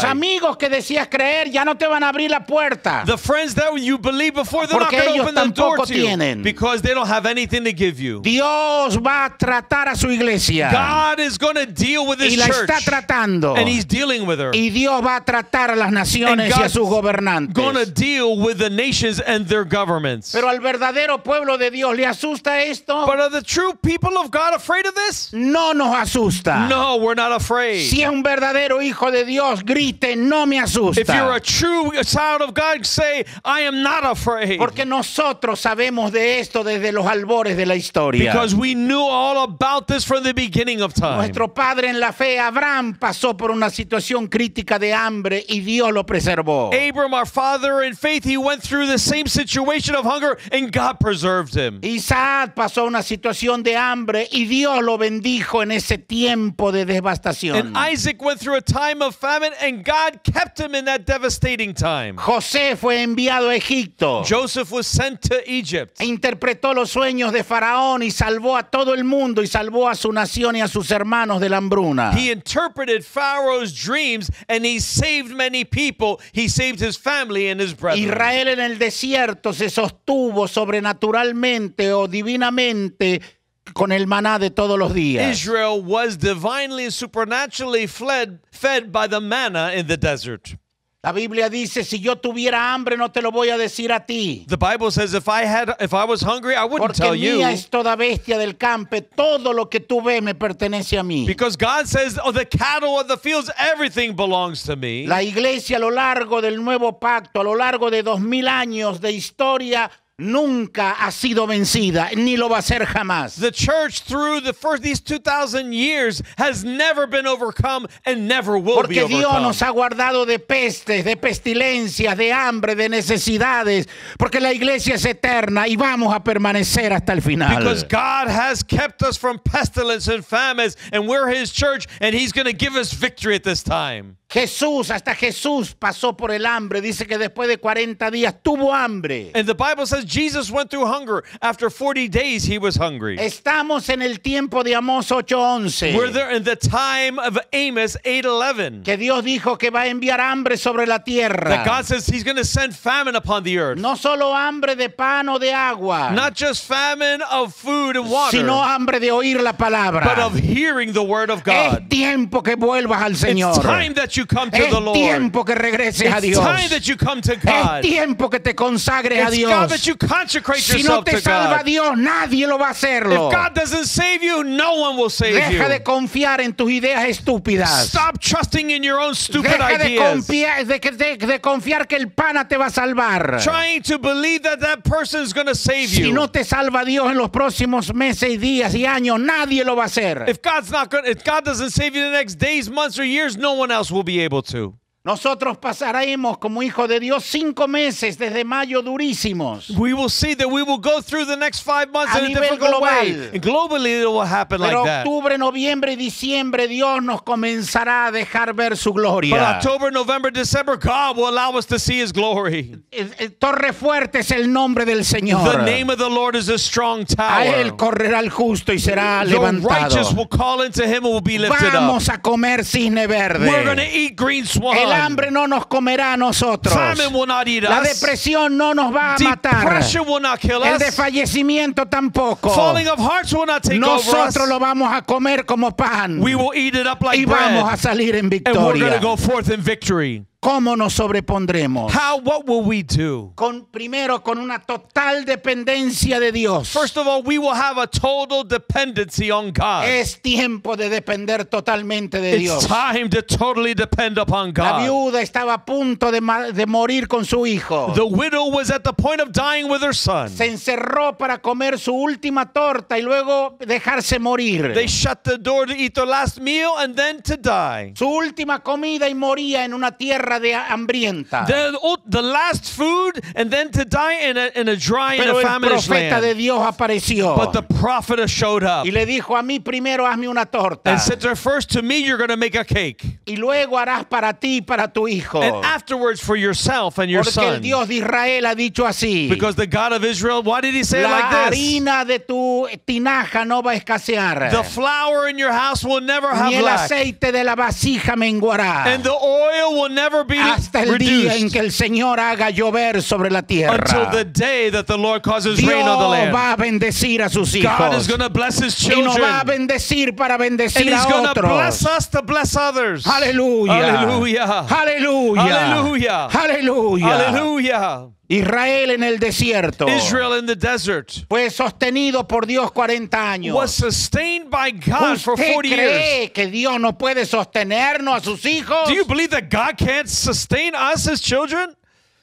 [SPEAKER 2] pigsty.
[SPEAKER 1] amigos que decías creer ya no te van a abrir la puerta.
[SPEAKER 2] The friends that you believe before, they're not
[SPEAKER 1] Porque
[SPEAKER 2] going to
[SPEAKER 1] ellos
[SPEAKER 2] open the door
[SPEAKER 1] tampoco
[SPEAKER 2] to you
[SPEAKER 1] tienen.
[SPEAKER 2] because they don't have anything to give you.
[SPEAKER 1] Dios va a tratar a su iglesia
[SPEAKER 2] God is going to deal with
[SPEAKER 1] y
[SPEAKER 2] his
[SPEAKER 1] la
[SPEAKER 2] church,
[SPEAKER 1] está tratando.
[SPEAKER 2] and he's dealing with her.
[SPEAKER 1] Y Dios va a tratar a las
[SPEAKER 2] And
[SPEAKER 1] naciones y a
[SPEAKER 2] God's
[SPEAKER 1] sus
[SPEAKER 2] going to
[SPEAKER 1] gobernantes.
[SPEAKER 2] deal with the nations and their governments.
[SPEAKER 1] Pero al verdadero pueblo de Dios le asusta esto.
[SPEAKER 2] but are the true people of God afraid of this?
[SPEAKER 1] No nos asusta.
[SPEAKER 2] No, we're not afraid.
[SPEAKER 1] Si es un verdadero hijo de Dios, grite, no me
[SPEAKER 2] If you're
[SPEAKER 1] asusta.
[SPEAKER 2] a true child of God, say, I am not afraid.
[SPEAKER 1] Porque nosotros sabemos de esto desde los albores de la historia.
[SPEAKER 2] Because we knew all about this from the beginning of time.
[SPEAKER 1] Nuestro padre en la fe, Abraham, pasó por una situación crítica de hambre y Dios lo preservó.
[SPEAKER 2] Abram, our father in faith, he went through the same situation of hunger and God preserved him.
[SPEAKER 1] Isaac pasó una situación de hambre y Dios lo bendijo en ese tiempo de devastación.
[SPEAKER 2] And Isaac went through a time of famine and God kept him in that devastating time.
[SPEAKER 1] José fue enviado a Egipto.
[SPEAKER 2] Joseph was sent to Egypt.
[SPEAKER 1] E Interpretó los sueños de Faraón y salvó a todo el mundo y salvó a su nación y a sus hermanos de la hambruna.
[SPEAKER 2] He interpreted Pharaoh's dreams and he saved many people. He saved his family and his brethren.
[SPEAKER 1] Israel en el desierto se sostuvo sobrenaturalmente o divinamente con el maná de todos los días.
[SPEAKER 2] Israel was divinely and supernaturally fled, fed by the manna in the desert.
[SPEAKER 1] La Biblia dice, si yo tuviera hambre no te lo voy a decir a ti,
[SPEAKER 2] The Bible says, "If I had, if I was hungry, I wouldn't
[SPEAKER 1] porque
[SPEAKER 2] tell
[SPEAKER 1] mía
[SPEAKER 2] you."
[SPEAKER 1] es toda bestia del campo, todo lo que tú ves me pertenece a mí.
[SPEAKER 2] Because God says, "Oh, the cattle of the fields, everything belongs to me."
[SPEAKER 1] La iglesia a lo largo del nuevo pacto, a lo largo de dos mil años de historia, nunca ha sido vencida, ni lo va a ser jamás.
[SPEAKER 2] The church, through the first these two thousand years, has never been overcome and never will be
[SPEAKER 1] Porque Dios
[SPEAKER 2] overcome.
[SPEAKER 1] nos ha guardado de pestes, de pestilencias, de hambre, de necesidades. Porque la iglesia es eterna y vamos a permanecer hasta el final.
[SPEAKER 2] Because God has kept us from pestilence and famines, and we're His church, and He's going to give us victory at this time.
[SPEAKER 1] Jesús, hasta Jesús pasó por el hambre. Dice que después de 40 días tuvo hambre.
[SPEAKER 2] And the Bible says as Jesus went through hunger, after 40 days he was hungry.
[SPEAKER 1] Estamos en el tiempo de Amós
[SPEAKER 2] We're
[SPEAKER 1] 8:11.
[SPEAKER 2] there in the time of Amos 8:11.
[SPEAKER 1] Que Dios dijo que va a enviar hambre sobre la
[SPEAKER 2] That
[SPEAKER 1] tierra.
[SPEAKER 2] God says he's going to send famine upon the earth.
[SPEAKER 1] No solo hambre de pan o de agua,
[SPEAKER 2] Not just famine of food and water,
[SPEAKER 1] sino hambre de oír la
[SPEAKER 2] but
[SPEAKER 1] palabra.
[SPEAKER 2] of hearing the word of
[SPEAKER 1] Es
[SPEAKER 2] God.
[SPEAKER 1] tiempo que vuelvas al
[SPEAKER 2] It's
[SPEAKER 1] Señor.
[SPEAKER 2] time that you come to the
[SPEAKER 1] Es
[SPEAKER 2] Lord.
[SPEAKER 1] tiempo que regreses a
[SPEAKER 2] It's
[SPEAKER 1] Dios.
[SPEAKER 2] time that you come to
[SPEAKER 1] Es
[SPEAKER 2] God.
[SPEAKER 1] tiempo que te consagres a
[SPEAKER 2] It's God that
[SPEAKER 1] Dios.
[SPEAKER 2] you consecrate
[SPEAKER 1] Si no
[SPEAKER 2] yourself
[SPEAKER 1] te
[SPEAKER 2] to
[SPEAKER 1] salva
[SPEAKER 2] God. If
[SPEAKER 1] Dios, nadie lo va a hacerlo.
[SPEAKER 2] God doesn't save you, no one will save
[SPEAKER 1] Deja de
[SPEAKER 2] you.
[SPEAKER 1] confiar en tus ideas estúpidas.
[SPEAKER 2] Stop trusting in your own stupid
[SPEAKER 1] Deja de
[SPEAKER 2] ideas.
[SPEAKER 1] confiar, de, que- de- de confiar que el pana te va a salvar.
[SPEAKER 2] Trying to believe that that person is going to save
[SPEAKER 1] Si
[SPEAKER 2] you.
[SPEAKER 1] no te salva Dios en los próximos meses y días y años, nadie lo va a hacer.
[SPEAKER 2] If God's not going, if God doesn't save you the next days, months, or years, no one else will be able to.
[SPEAKER 1] Nosotros pasaremos como hijo de Dios cinco meses desde mayo durísimos.
[SPEAKER 2] We will see that we will go through the next five months
[SPEAKER 1] A
[SPEAKER 2] in a
[SPEAKER 1] nivel
[SPEAKER 2] difficult way.
[SPEAKER 1] global.
[SPEAKER 2] And globally, it will happen
[SPEAKER 1] Pero
[SPEAKER 2] like that.
[SPEAKER 1] octubre, noviembre y diciembre Dios nos comenzará a dejar ver su
[SPEAKER 2] But
[SPEAKER 1] gloria.
[SPEAKER 2] October, November, December, God will allow us to see His glory.
[SPEAKER 1] Eh, eh, Torre fuerte es el nombre del Señor.
[SPEAKER 2] The name of the Lord is a strong
[SPEAKER 1] A él
[SPEAKER 2] tower.
[SPEAKER 1] correrá el justo y será
[SPEAKER 2] Your righteous
[SPEAKER 1] levantado.
[SPEAKER 2] will call into Him and will be lifted up.
[SPEAKER 1] Vamos a comer cisne
[SPEAKER 2] We're going to
[SPEAKER 1] verde.
[SPEAKER 2] eat green swan.
[SPEAKER 1] El hambre no nos comerá a nosotros.
[SPEAKER 2] Famine will not eat
[SPEAKER 1] La
[SPEAKER 2] us.
[SPEAKER 1] depresión no nos va a matar.
[SPEAKER 2] Depression will not kill
[SPEAKER 1] El
[SPEAKER 2] us.
[SPEAKER 1] desfallecimiento tampoco.
[SPEAKER 2] Falling of hearts will not take over us.
[SPEAKER 1] Nosotros lo vamos a comer como pan
[SPEAKER 2] We will eat it up like
[SPEAKER 1] y
[SPEAKER 2] bread.
[SPEAKER 1] vamos a salir en
[SPEAKER 2] and we're going
[SPEAKER 1] victoria.
[SPEAKER 2] to go forth in victory.
[SPEAKER 1] ¿Cómo nos sobrepondremos?
[SPEAKER 2] How, what will we do?
[SPEAKER 1] Con, primero, con una total dependencia de Dios.
[SPEAKER 2] First of all, we will have a total dependency on God.
[SPEAKER 1] Es tiempo de depender totalmente de
[SPEAKER 2] it's
[SPEAKER 1] Dios.
[SPEAKER 2] time to totally depend upon
[SPEAKER 1] La
[SPEAKER 2] God.
[SPEAKER 1] viuda estaba a punto de, ma- de morir con su hijo.
[SPEAKER 2] The widow was at the point of dying with her son.
[SPEAKER 1] Se encerró para comer su última torta y luego dejarse morir.
[SPEAKER 2] They shut the door to eat their last meal and then to die.
[SPEAKER 1] Su última comida y moría en una tierra de hambrienta.
[SPEAKER 2] The, oh, the last food and then to die in a, in a dry and
[SPEAKER 1] Pero
[SPEAKER 2] a
[SPEAKER 1] el
[SPEAKER 2] famished
[SPEAKER 1] profeta de
[SPEAKER 2] land.
[SPEAKER 1] Dios apareció
[SPEAKER 2] But the prophet showed up
[SPEAKER 1] y le dijo a mí primero hazme una torta
[SPEAKER 2] and said to her, First to me, you're going to make a cake.
[SPEAKER 1] y luego harás para ti y para tu hijo.
[SPEAKER 2] And afterwards for yourself and your
[SPEAKER 1] Porque el
[SPEAKER 2] son.
[SPEAKER 1] Oh. Dios de Israel ha dicho así.
[SPEAKER 2] Because the God of Israel, why did he say it
[SPEAKER 1] la
[SPEAKER 2] like this?
[SPEAKER 1] harina de tu tinaja no va a escasear.
[SPEAKER 2] The flour in your house will never have
[SPEAKER 1] ni el
[SPEAKER 2] lack.
[SPEAKER 1] aceite de la vasija menguará.
[SPEAKER 2] And the oil will never be
[SPEAKER 1] Hasta el día en
[SPEAKER 2] reduced
[SPEAKER 1] que el Señor haga llover sobre la
[SPEAKER 2] until
[SPEAKER 1] tierra.
[SPEAKER 2] the day that the Lord causes
[SPEAKER 1] Dios
[SPEAKER 2] rain on the land.
[SPEAKER 1] va a bendecir a sus
[SPEAKER 2] God is
[SPEAKER 1] hijos.
[SPEAKER 2] going to bless his
[SPEAKER 1] Y nos va a
[SPEAKER 2] children.
[SPEAKER 1] bendecir para
[SPEAKER 2] And
[SPEAKER 1] bendecir
[SPEAKER 2] he's
[SPEAKER 1] a
[SPEAKER 2] going to bless
[SPEAKER 1] otros.
[SPEAKER 2] us to bless others.
[SPEAKER 1] Aleluya.
[SPEAKER 2] Aleluya.
[SPEAKER 1] Aleluya.
[SPEAKER 2] Aleluya.
[SPEAKER 1] Aleluya. Oh.
[SPEAKER 2] Hallelujah.
[SPEAKER 1] Israel en el desierto
[SPEAKER 2] Israel in the desert
[SPEAKER 1] fue sostenido por Dios 40 años.
[SPEAKER 2] was sustained by God for
[SPEAKER 1] ¿Usted
[SPEAKER 2] 40
[SPEAKER 1] cree
[SPEAKER 2] years.
[SPEAKER 1] que Dios no puede sostenernos a sus hijos?
[SPEAKER 2] Do you believe that God can't sustain us as children?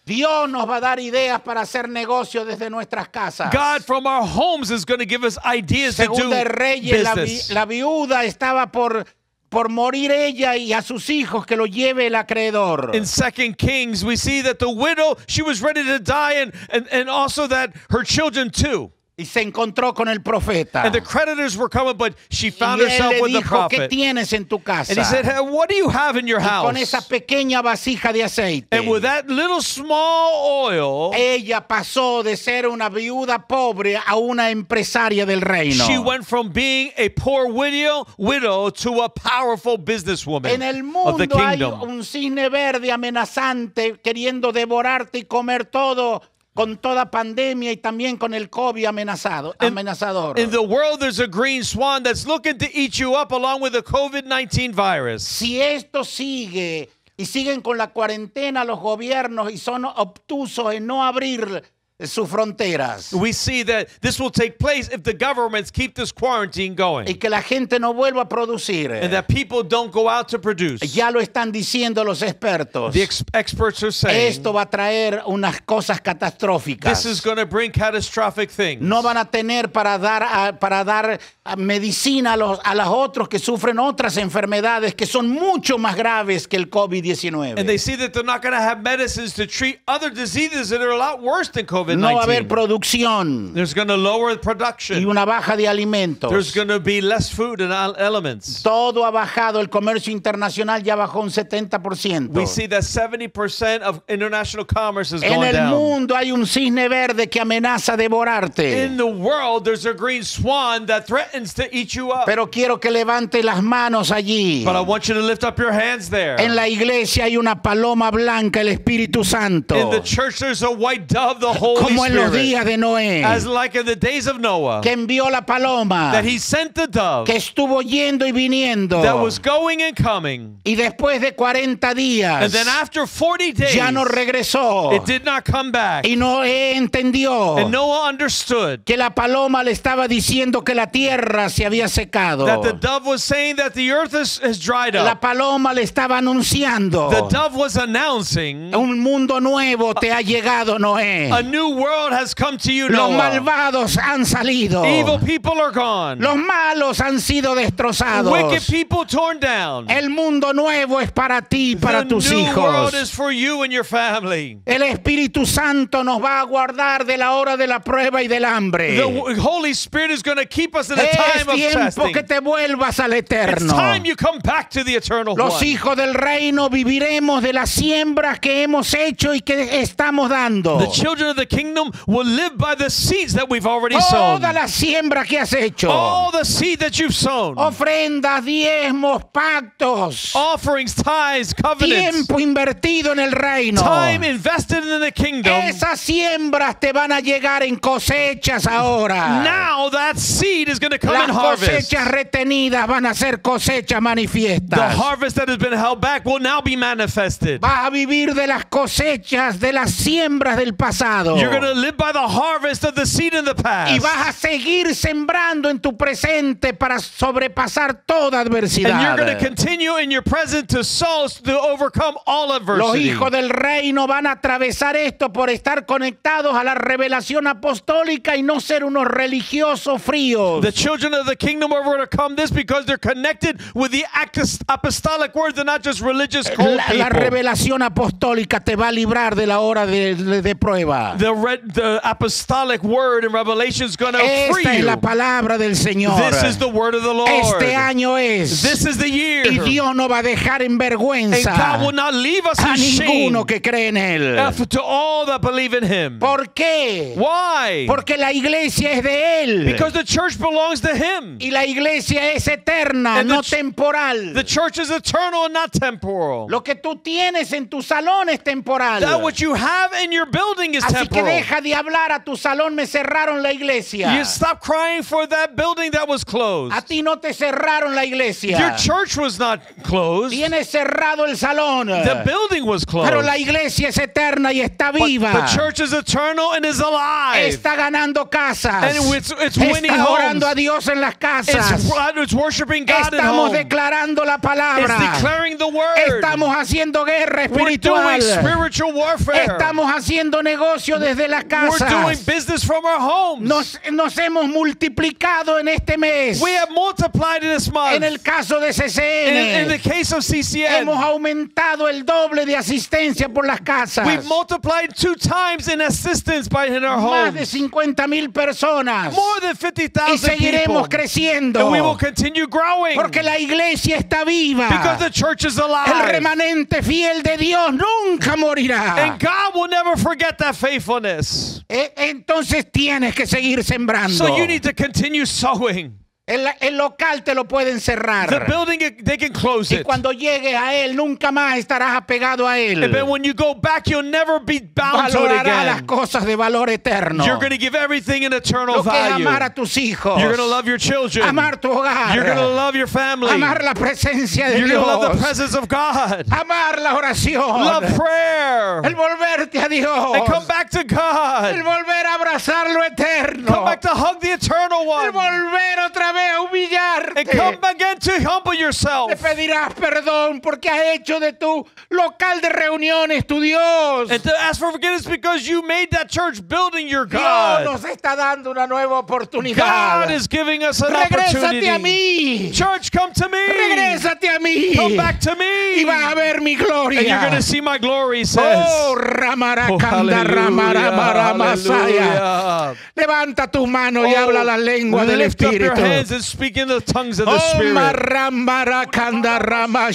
[SPEAKER 1] Dios nos va a dar ideas para hacer negocio desde nuestras casas.
[SPEAKER 2] God from our homes is going to give us ideas to do
[SPEAKER 1] Según de Reyes, la, vi-
[SPEAKER 2] business.
[SPEAKER 1] la viuda estaba por, por morir ella y a sus hijos que lo lleve el acreedor.
[SPEAKER 2] In Second Kings, we see that the widow, she was ready to die, and, and, and also that her children too.
[SPEAKER 1] Y se encontró con el profeta.
[SPEAKER 2] And the creditors were coming, but she found
[SPEAKER 1] Ah. Y él
[SPEAKER 2] herself
[SPEAKER 1] le
[SPEAKER 2] with the
[SPEAKER 1] dijo, ¿qué
[SPEAKER 2] prophet.
[SPEAKER 1] tienes en tu casa?
[SPEAKER 2] And he said, "Hey, What do you have in your
[SPEAKER 1] con
[SPEAKER 2] house?
[SPEAKER 1] esa pequeña vasija de aceite.
[SPEAKER 2] And with that little small oil,
[SPEAKER 1] Ella pasó de ser una viuda pobre a una empresaria del reino.
[SPEAKER 2] she went from being a poor widow, widow to a powerful businesswoman
[SPEAKER 1] en el
[SPEAKER 2] of the
[SPEAKER 1] mundo hay
[SPEAKER 2] kingdom.
[SPEAKER 1] un cisne verde amenazante queriendo devorarte y comer todo con toda pandemia y también con el COVID amenazado, amenazador.
[SPEAKER 2] In the world, there's a green swan that's looking to eat you up along with the COVID 19 virus.
[SPEAKER 1] si esto sigue y siguen con la cuarentena los gobiernos y son obtusos en no abrir sus fronteras
[SPEAKER 2] We see that this will take place if the governments keep this quarantine
[SPEAKER 1] y
[SPEAKER 2] going
[SPEAKER 1] que la gente no vuelva a producir.
[SPEAKER 2] and that people don't go out to produce.
[SPEAKER 1] Ya lo están diciendo los expertos.
[SPEAKER 2] The ex- experts are saying
[SPEAKER 1] Esto va a traer unas cosas
[SPEAKER 2] this is
[SPEAKER 1] catastróficas.
[SPEAKER 2] going to bring catastrophic things.
[SPEAKER 1] No van a tener para dar a- para dar a medicina a los a los otros que sufren otras enfermedades que son mucho más graves que el
[SPEAKER 2] And they
[SPEAKER 1] COVID-19.
[SPEAKER 2] see that they're not going to have medicines to treat other diseases that are a lot worse than COVID COVID
[SPEAKER 1] No va a haber
[SPEAKER 2] 19.
[SPEAKER 1] producción
[SPEAKER 2] There's going to lower
[SPEAKER 1] y
[SPEAKER 2] production.
[SPEAKER 1] una baja de
[SPEAKER 2] There's
[SPEAKER 1] alimentos.
[SPEAKER 2] going to be less food and al- elements.
[SPEAKER 1] Todo ha bajado, el comercio internacional ya bajó un
[SPEAKER 2] We
[SPEAKER 1] 70%.
[SPEAKER 2] see that 70% of international commerce is
[SPEAKER 1] En
[SPEAKER 2] going
[SPEAKER 1] el
[SPEAKER 2] down.
[SPEAKER 1] mundo hay un cisne verde que amenaza
[SPEAKER 2] In
[SPEAKER 1] devorarte.
[SPEAKER 2] the world, there's a green swan that threatens to eat you up.
[SPEAKER 1] Pero quiero que levante las manos allí.
[SPEAKER 2] But I want you to lift up your hands there.
[SPEAKER 1] En la iglesia hay una paloma blanca, el Espíritu
[SPEAKER 2] In
[SPEAKER 1] Santo.
[SPEAKER 2] the church, there's a white dove, the Holy
[SPEAKER 1] Como en los días
[SPEAKER 2] Spirit.
[SPEAKER 1] de Noé,
[SPEAKER 2] As like in the days of Noah,
[SPEAKER 1] que envió la paloma,
[SPEAKER 2] that he sent the dove
[SPEAKER 1] que estuvo yendo y viniendo.
[SPEAKER 2] that was going and coming.
[SPEAKER 1] Y después de 40 días,
[SPEAKER 2] And then after 40 days,
[SPEAKER 1] ya no regresó.
[SPEAKER 2] it did not come back.
[SPEAKER 1] Y Noé entendió
[SPEAKER 2] And Noah understood
[SPEAKER 1] que la paloma le estaba diciendo que la tierra se había secado.
[SPEAKER 2] that the dove was saying that the earth is, has dried
[SPEAKER 1] La
[SPEAKER 2] up.
[SPEAKER 1] paloma le estaba
[SPEAKER 2] The
[SPEAKER 1] anunciando.
[SPEAKER 2] dove was announcing
[SPEAKER 1] Un mundo nuevo te ha llegado, Noé.
[SPEAKER 2] a new world has come to you,
[SPEAKER 1] Los
[SPEAKER 2] Noah.
[SPEAKER 1] malvados han salido.
[SPEAKER 2] Evil people are gone.
[SPEAKER 1] Los malos han sido
[SPEAKER 2] Wicked
[SPEAKER 1] destrozados.
[SPEAKER 2] people torn down.
[SPEAKER 1] El mundo nuevo es para ti y para
[SPEAKER 2] the
[SPEAKER 1] tus
[SPEAKER 2] new
[SPEAKER 1] hijos.
[SPEAKER 2] world is for you and your family.
[SPEAKER 1] El Espíritu Santo nos va a guardar de la hora de la prueba y del hambre.
[SPEAKER 2] The w- Holy Spirit is going to keep us in a
[SPEAKER 1] Eh. Es
[SPEAKER 2] time of
[SPEAKER 1] tiempo
[SPEAKER 2] testing.
[SPEAKER 1] que te vuelvas al
[SPEAKER 2] It's
[SPEAKER 1] eterno.
[SPEAKER 2] time you come back to the eternal
[SPEAKER 1] Los
[SPEAKER 2] one.
[SPEAKER 1] hijos del reino viviremos de las siembras que hemos hecho y que estamos dando.
[SPEAKER 2] The children of the kingdom will live by the seeds that we've already
[SPEAKER 1] Oh,
[SPEAKER 2] sown.
[SPEAKER 1] Toda la siembra que has hecho.
[SPEAKER 2] All the seed that you've sown.
[SPEAKER 1] Ofrendas, diezmos, pactos.
[SPEAKER 2] Offerings, tithes, covenants.
[SPEAKER 1] Tiempo invertido en el reino.
[SPEAKER 2] Time invested in the kingdom.
[SPEAKER 1] Esas siembras te van a llegar en cosechas ahora.
[SPEAKER 2] Now that seed is going to come
[SPEAKER 1] Las
[SPEAKER 2] and harvest.
[SPEAKER 1] cosechas retenidas van a ser cosechas
[SPEAKER 2] The
[SPEAKER 1] manifiestas.
[SPEAKER 2] harvest that has been held back will now be manifested.
[SPEAKER 1] Vas a vivir de las cosechas, de las siembras del pasado.
[SPEAKER 2] You're going to live by the harvest of the seed in the
[SPEAKER 1] Y
[SPEAKER 2] past.
[SPEAKER 1] vas a seguir sembrando en tu presente para sobrepasar toda
[SPEAKER 2] And you're going
[SPEAKER 1] adversidad.
[SPEAKER 2] to continue in your present to souls to overcome all
[SPEAKER 1] Los
[SPEAKER 2] adversity.
[SPEAKER 1] hijos del reino van a atravesar esto por estar conectados a la revelación apostólica y no ser unos religiosos fríos.
[SPEAKER 2] The children of the kingdom are overcome this because they're connected with the actos- apostolic words and not just religious cold
[SPEAKER 1] La, la
[SPEAKER 2] people.
[SPEAKER 1] revelación apostólica te va a librar de la hora de, de- de prueba.
[SPEAKER 2] The, re- the apostolic word in Revelation is going to free
[SPEAKER 1] Esta es
[SPEAKER 2] you.
[SPEAKER 1] la palabra del Señor.
[SPEAKER 2] This is the word of the Lord.
[SPEAKER 1] Este año es.
[SPEAKER 2] This is the year.
[SPEAKER 1] y Dios no va a dejar en
[SPEAKER 2] And
[SPEAKER 1] vergüenza
[SPEAKER 2] God will not leave us
[SPEAKER 1] a
[SPEAKER 2] in shame
[SPEAKER 1] ninguno que cree en Él.
[SPEAKER 2] F to all that believe in him.
[SPEAKER 1] ¿Por qué?
[SPEAKER 2] Why?
[SPEAKER 1] Porque la iglesia es de Él.
[SPEAKER 2] Because the church belongs to him.
[SPEAKER 1] y la iglesia es eterna,
[SPEAKER 2] And the
[SPEAKER 1] no
[SPEAKER 2] ch-
[SPEAKER 1] temporal.
[SPEAKER 2] The church is eternal and not temporal.
[SPEAKER 1] Lo que tú tienes en tu salón es temporal.
[SPEAKER 2] That what you have in your building is
[SPEAKER 1] Así que
[SPEAKER 2] temporal.
[SPEAKER 1] deja de hablar a tu salón, me cerraron la iglesia.
[SPEAKER 2] You stop crying for that building that was closed.
[SPEAKER 1] A ti no te cerraron la iglesia.
[SPEAKER 2] Your church was not closed.
[SPEAKER 1] Tienes cerrado el salón.
[SPEAKER 2] The building was closed.
[SPEAKER 1] Pero la iglesia es eterna y está
[SPEAKER 2] But
[SPEAKER 1] viva.
[SPEAKER 2] the church is eternal and is alive.
[SPEAKER 1] Está ganando casas.
[SPEAKER 2] And it's- it's winning
[SPEAKER 1] está orando
[SPEAKER 2] homes.
[SPEAKER 1] a Dios en las casas.
[SPEAKER 2] it's, it's worshiping God at
[SPEAKER 1] Estamos
[SPEAKER 2] home.
[SPEAKER 1] declarando la
[SPEAKER 2] It's
[SPEAKER 1] palabra.
[SPEAKER 2] declaring the word.
[SPEAKER 1] Estamos haciendo guerra
[SPEAKER 2] We're doing
[SPEAKER 1] espiritual.
[SPEAKER 2] spiritual warfare.
[SPEAKER 1] Estamos haciendo negocio desde la
[SPEAKER 2] We're
[SPEAKER 1] casa.
[SPEAKER 2] doing business from our homes.
[SPEAKER 1] Nos, nos hemos multiplicado en este mes.
[SPEAKER 2] We have multiplied in this month.
[SPEAKER 1] En el caso de
[SPEAKER 2] in, in the
[SPEAKER 1] CCN,
[SPEAKER 2] case of CCN,
[SPEAKER 1] hemos aumentado el doble de asistencia por las casas.
[SPEAKER 2] we've multiplied two times in assistance by in our
[SPEAKER 1] Más de
[SPEAKER 2] homes.
[SPEAKER 1] 50 mil personas.
[SPEAKER 2] More than
[SPEAKER 1] Y
[SPEAKER 2] 50,000 people.
[SPEAKER 1] seguiremos creciendo.
[SPEAKER 2] And we will continue growing.
[SPEAKER 1] Porque la iglesia está viva.
[SPEAKER 2] because the church is
[SPEAKER 1] El
[SPEAKER 2] alive.
[SPEAKER 1] remanente fiel de Dios nunca morirá.
[SPEAKER 2] And God will never forget that faithfulness.
[SPEAKER 1] E- Entonces tienes que seguir sembrando.
[SPEAKER 2] So you need to continue sowing.
[SPEAKER 1] El, el local te lo pueden
[SPEAKER 2] The
[SPEAKER 1] cerrar.
[SPEAKER 2] building, it- they can close
[SPEAKER 1] Y
[SPEAKER 2] it.
[SPEAKER 1] cuando llegues a él, nunca más estarás apegado a
[SPEAKER 2] And then
[SPEAKER 1] él.
[SPEAKER 2] when you go back, you'll never be bound to it
[SPEAKER 1] Valorará las
[SPEAKER 2] again.
[SPEAKER 1] cosas de valor eterno.
[SPEAKER 2] You're going to give everything an eternal
[SPEAKER 1] Lo que es
[SPEAKER 2] value.
[SPEAKER 1] amar a tus hijos.
[SPEAKER 2] You're going to love your children.
[SPEAKER 1] Amar tu
[SPEAKER 2] You're going to
[SPEAKER 1] hogar.
[SPEAKER 2] love your family.
[SPEAKER 1] Amar la presencia de
[SPEAKER 2] You're going to love the
[SPEAKER 1] Dios.
[SPEAKER 2] presence of God.
[SPEAKER 1] Amar la
[SPEAKER 2] Love
[SPEAKER 1] oración.
[SPEAKER 2] prayer.
[SPEAKER 1] El volverte a
[SPEAKER 2] And come
[SPEAKER 1] Dios.
[SPEAKER 2] back to
[SPEAKER 1] El
[SPEAKER 2] God.
[SPEAKER 1] volver a abrazar lo
[SPEAKER 2] Come
[SPEAKER 1] eterno.
[SPEAKER 2] back to hug the eternal
[SPEAKER 1] El
[SPEAKER 2] one.
[SPEAKER 1] volver otra vez a
[SPEAKER 2] And
[SPEAKER 1] humillarte.
[SPEAKER 2] come again to humble yourself.
[SPEAKER 1] Le pedirás perdón porque has hecho de tu local de reuniones tu Dios.
[SPEAKER 2] And to ask for forgiveness because you made that church building your
[SPEAKER 1] Dios
[SPEAKER 2] God.
[SPEAKER 1] nos está dando una nueva oportunidad.
[SPEAKER 2] God is giving us an
[SPEAKER 1] Regrésate a
[SPEAKER 2] opportunity.
[SPEAKER 1] mí.
[SPEAKER 2] Church, come to me.
[SPEAKER 1] Regrésate a mí.
[SPEAKER 2] Come back to me. me.
[SPEAKER 1] y vas a ver mi
[SPEAKER 2] And you're
[SPEAKER 1] gloria.
[SPEAKER 2] going to see my glory, he says.
[SPEAKER 1] Oh, Ramara
[SPEAKER 2] Oh,
[SPEAKER 1] Kanda, Ramara Mara Masaya.
[SPEAKER 2] hallelujah.
[SPEAKER 1] Levanta tu mano y
[SPEAKER 2] Oh,
[SPEAKER 1] habla la lengua del
[SPEAKER 2] lift up your
[SPEAKER 1] Espíritu.
[SPEAKER 2] hands and speak in the tongues of the
[SPEAKER 1] Oh,
[SPEAKER 2] Spirit.
[SPEAKER 1] Marambara Kandarama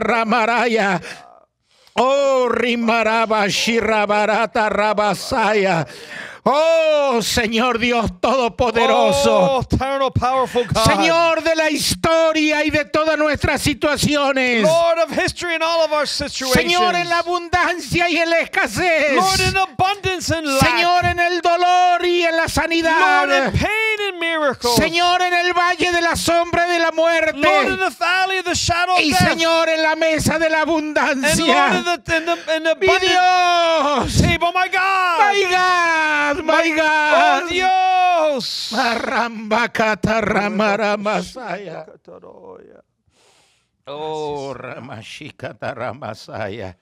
[SPEAKER 1] Shikandarama Oh, Rimaraba Shirabarata Rabasaya. Oh, Señor Dios Todopoderoso.
[SPEAKER 2] Oh, eternal, powerful God.
[SPEAKER 1] Señor de la historia y de todas nuestras situaciones.
[SPEAKER 2] Lord of history in all of our situations.
[SPEAKER 1] Señor en la abundancia y en la escasez.
[SPEAKER 2] Lord in abundance and lack.
[SPEAKER 1] Señor en el dolor y en la
[SPEAKER 2] Lord in
[SPEAKER 1] sanidad.
[SPEAKER 2] pain and miracles.
[SPEAKER 1] Señor en el valle de la sombra y de la
[SPEAKER 2] Lord in
[SPEAKER 1] muerte.
[SPEAKER 2] the valley of the shadow of
[SPEAKER 1] Y
[SPEAKER 2] death.
[SPEAKER 1] Señor en la mesa de la
[SPEAKER 2] and Lord in
[SPEAKER 1] abundancia.
[SPEAKER 2] the, in the, in the
[SPEAKER 1] Mi
[SPEAKER 2] abundant
[SPEAKER 1] Dios.
[SPEAKER 2] table. Oh, My God.
[SPEAKER 1] My God. My
[SPEAKER 2] Oh,
[SPEAKER 1] God.
[SPEAKER 2] Dios.
[SPEAKER 1] Marambacata ramaramasaya. Oh, ramashikata ramasaya.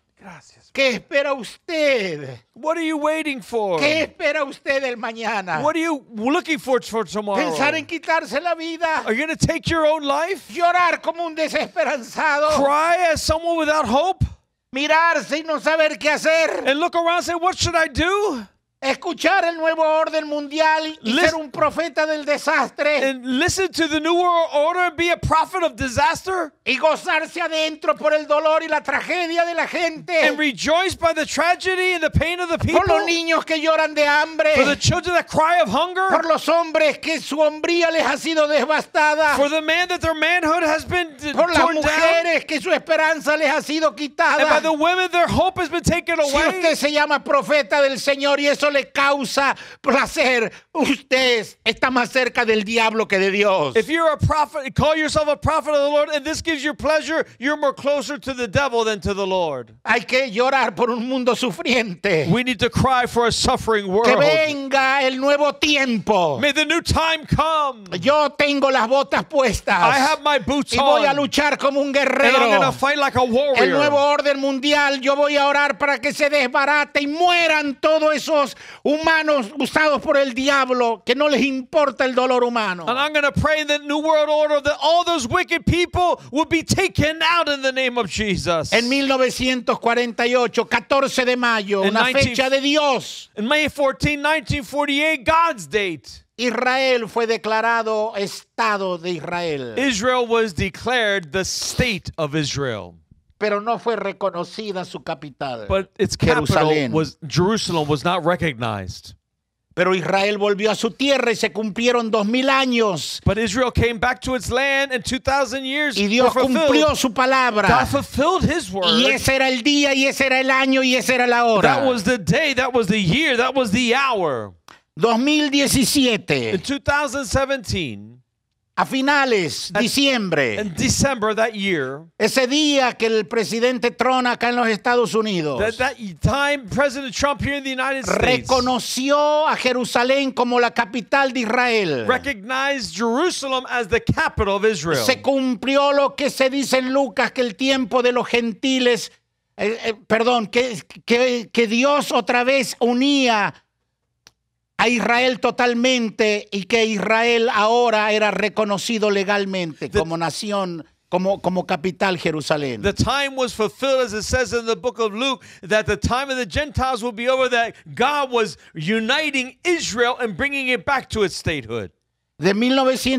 [SPEAKER 1] ¿Qué espera usted?
[SPEAKER 2] What are you waiting for?
[SPEAKER 1] ¿Qué espera usted el mañana?
[SPEAKER 2] What are you looking for for tomorrow?
[SPEAKER 1] Pensar en quitarse la vida.
[SPEAKER 2] Are you going to take your own life?
[SPEAKER 1] Llorar como un desesperanzado.
[SPEAKER 2] Cry as someone without hope?
[SPEAKER 1] Mirarse y no saber qué hacer.
[SPEAKER 2] And look around and say, What should I do?
[SPEAKER 1] escuchar el nuevo orden mundial y
[SPEAKER 2] Lis-
[SPEAKER 1] ser un profeta del desastre
[SPEAKER 2] And listen to the New World Order and be a prophet of disaster?
[SPEAKER 1] y gozarse adentro por el dolor y la tragedia de la gente,
[SPEAKER 2] And rejoice by the tragedy and the pain of the people?
[SPEAKER 1] por los niños que lloran de hambre,
[SPEAKER 2] For the children that cry of
[SPEAKER 1] por
[SPEAKER 2] hunger?
[SPEAKER 1] los hombres que su hombría les ha sido devastada,
[SPEAKER 2] For the man that their manhood has been d-
[SPEAKER 1] por las
[SPEAKER 2] torn down?
[SPEAKER 1] mujeres que su esperanza les ha sido
[SPEAKER 2] And by the
[SPEAKER 1] quitada.
[SPEAKER 2] women, their hope has been taken
[SPEAKER 1] Si usted
[SPEAKER 2] away?
[SPEAKER 1] se llama profeta del Señor y eso le causa placer, usted está más cerca del diablo que de Dios.
[SPEAKER 2] If you're a prophet, call yourself a prophet of the Lord, and this gives you pleasure, you're more closer to the devil than to the Lord.
[SPEAKER 1] Hay que llorar por un mundo sufriente.
[SPEAKER 2] We need to cry for a suffering world.
[SPEAKER 1] Que venga el nuevo tiempo.
[SPEAKER 2] May the new time come.
[SPEAKER 1] Yo tengo las botas
[SPEAKER 2] I
[SPEAKER 1] puestas
[SPEAKER 2] have my boots
[SPEAKER 1] y
[SPEAKER 2] on.
[SPEAKER 1] voy a luchar como un
[SPEAKER 2] and I'm going
[SPEAKER 1] guerrero.
[SPEAKER 2] to fight like a warrior.
[SPEAKER 1] El nuevo orden mundial, yo voy a orar para que se desbarate y mueran todos esos humanos usados por el diablo, que no les importa el dolor humano.
[SPEAKER 2] and I'm going to pray in the new world order that all those wicked people will be taken out in the name of Jesus.
[SPEAKER 1] En 1948, 14 de mayo,
[SPEAKER 2] En
[SPEAKER 1] una
[SPEAKER 2] 19
[SPEAKER 1] fecha de Dios,
[SPEAKER 2] in May 14, 1948, God's date,
[SPEAKER 1] Israel fue declarado Estado de Israel,
[SPEAKER 2] Israel was declared the state of Israel.
[SPEAKER 1] pero no fue reconocida su capital.
[SPEAKER 2] But its capital
[SPEAKER 1] Jerusalén.
[SPEAKER 2] was Jerusalem was not recognized.
[SPEAKER 1] Pero Israel volvió a su tierra y se cumplieron dos mil años.
[SPEAKER 2] But Israel came back to its land and 2,000 years
[SPEAKER 1] Y Dios
[SPEAKER 2] were fulfilled.
[SPEAKER 1] cumplió su
[SPEAKER 2] God
[SPEAKER 1] palabra.
[SPEAKER 2] fulfilled his word.
[SPEAKER 1] Y ese era el día, y ese era el año, y esa era la
[SPEAKER 2] That
[SPEAKER 1] hora.
[SPEAKER 2] was the day, that was the year, that was the hour. In
[SPEAKER 1] 2017,
[SPEAKER 2] 2017,
[SPEAKER 1] a finales, diciembre.
[SPEAKER 2] in December that year,
[SPEAKER 1] Ese día que el presidente Trump acá en los Estados
[SPEAKER 2] that,
[SPEAKER 1] Unidos
[SPEAKER 2] that time President Trump here in the United States
[SPEAKER 1] reconoció a Jerusalén como la capital de Israel.
[SPEAKER 2] recognized Jerusalem as the capital of Israel.
[SPEAKER 1] Se cumplió lo que se dice en Lucas, que el tiempo de los gentiles, eh, eh, perdón, que, que- que Dios otra vez unía a Israel totalmente y que Israel ahora era reconocido legalmente
[SPEAKER 2] The-
[SPEAKER 1] como nación, como, como capital Jerusalén.
[SPEAKER 2] The time was fulfilled, as it says in the book of Luke, that the time of the Gentiles will be over, that God was uniting Israel and bringing it back to its statehood.
[SPEAKER 1] de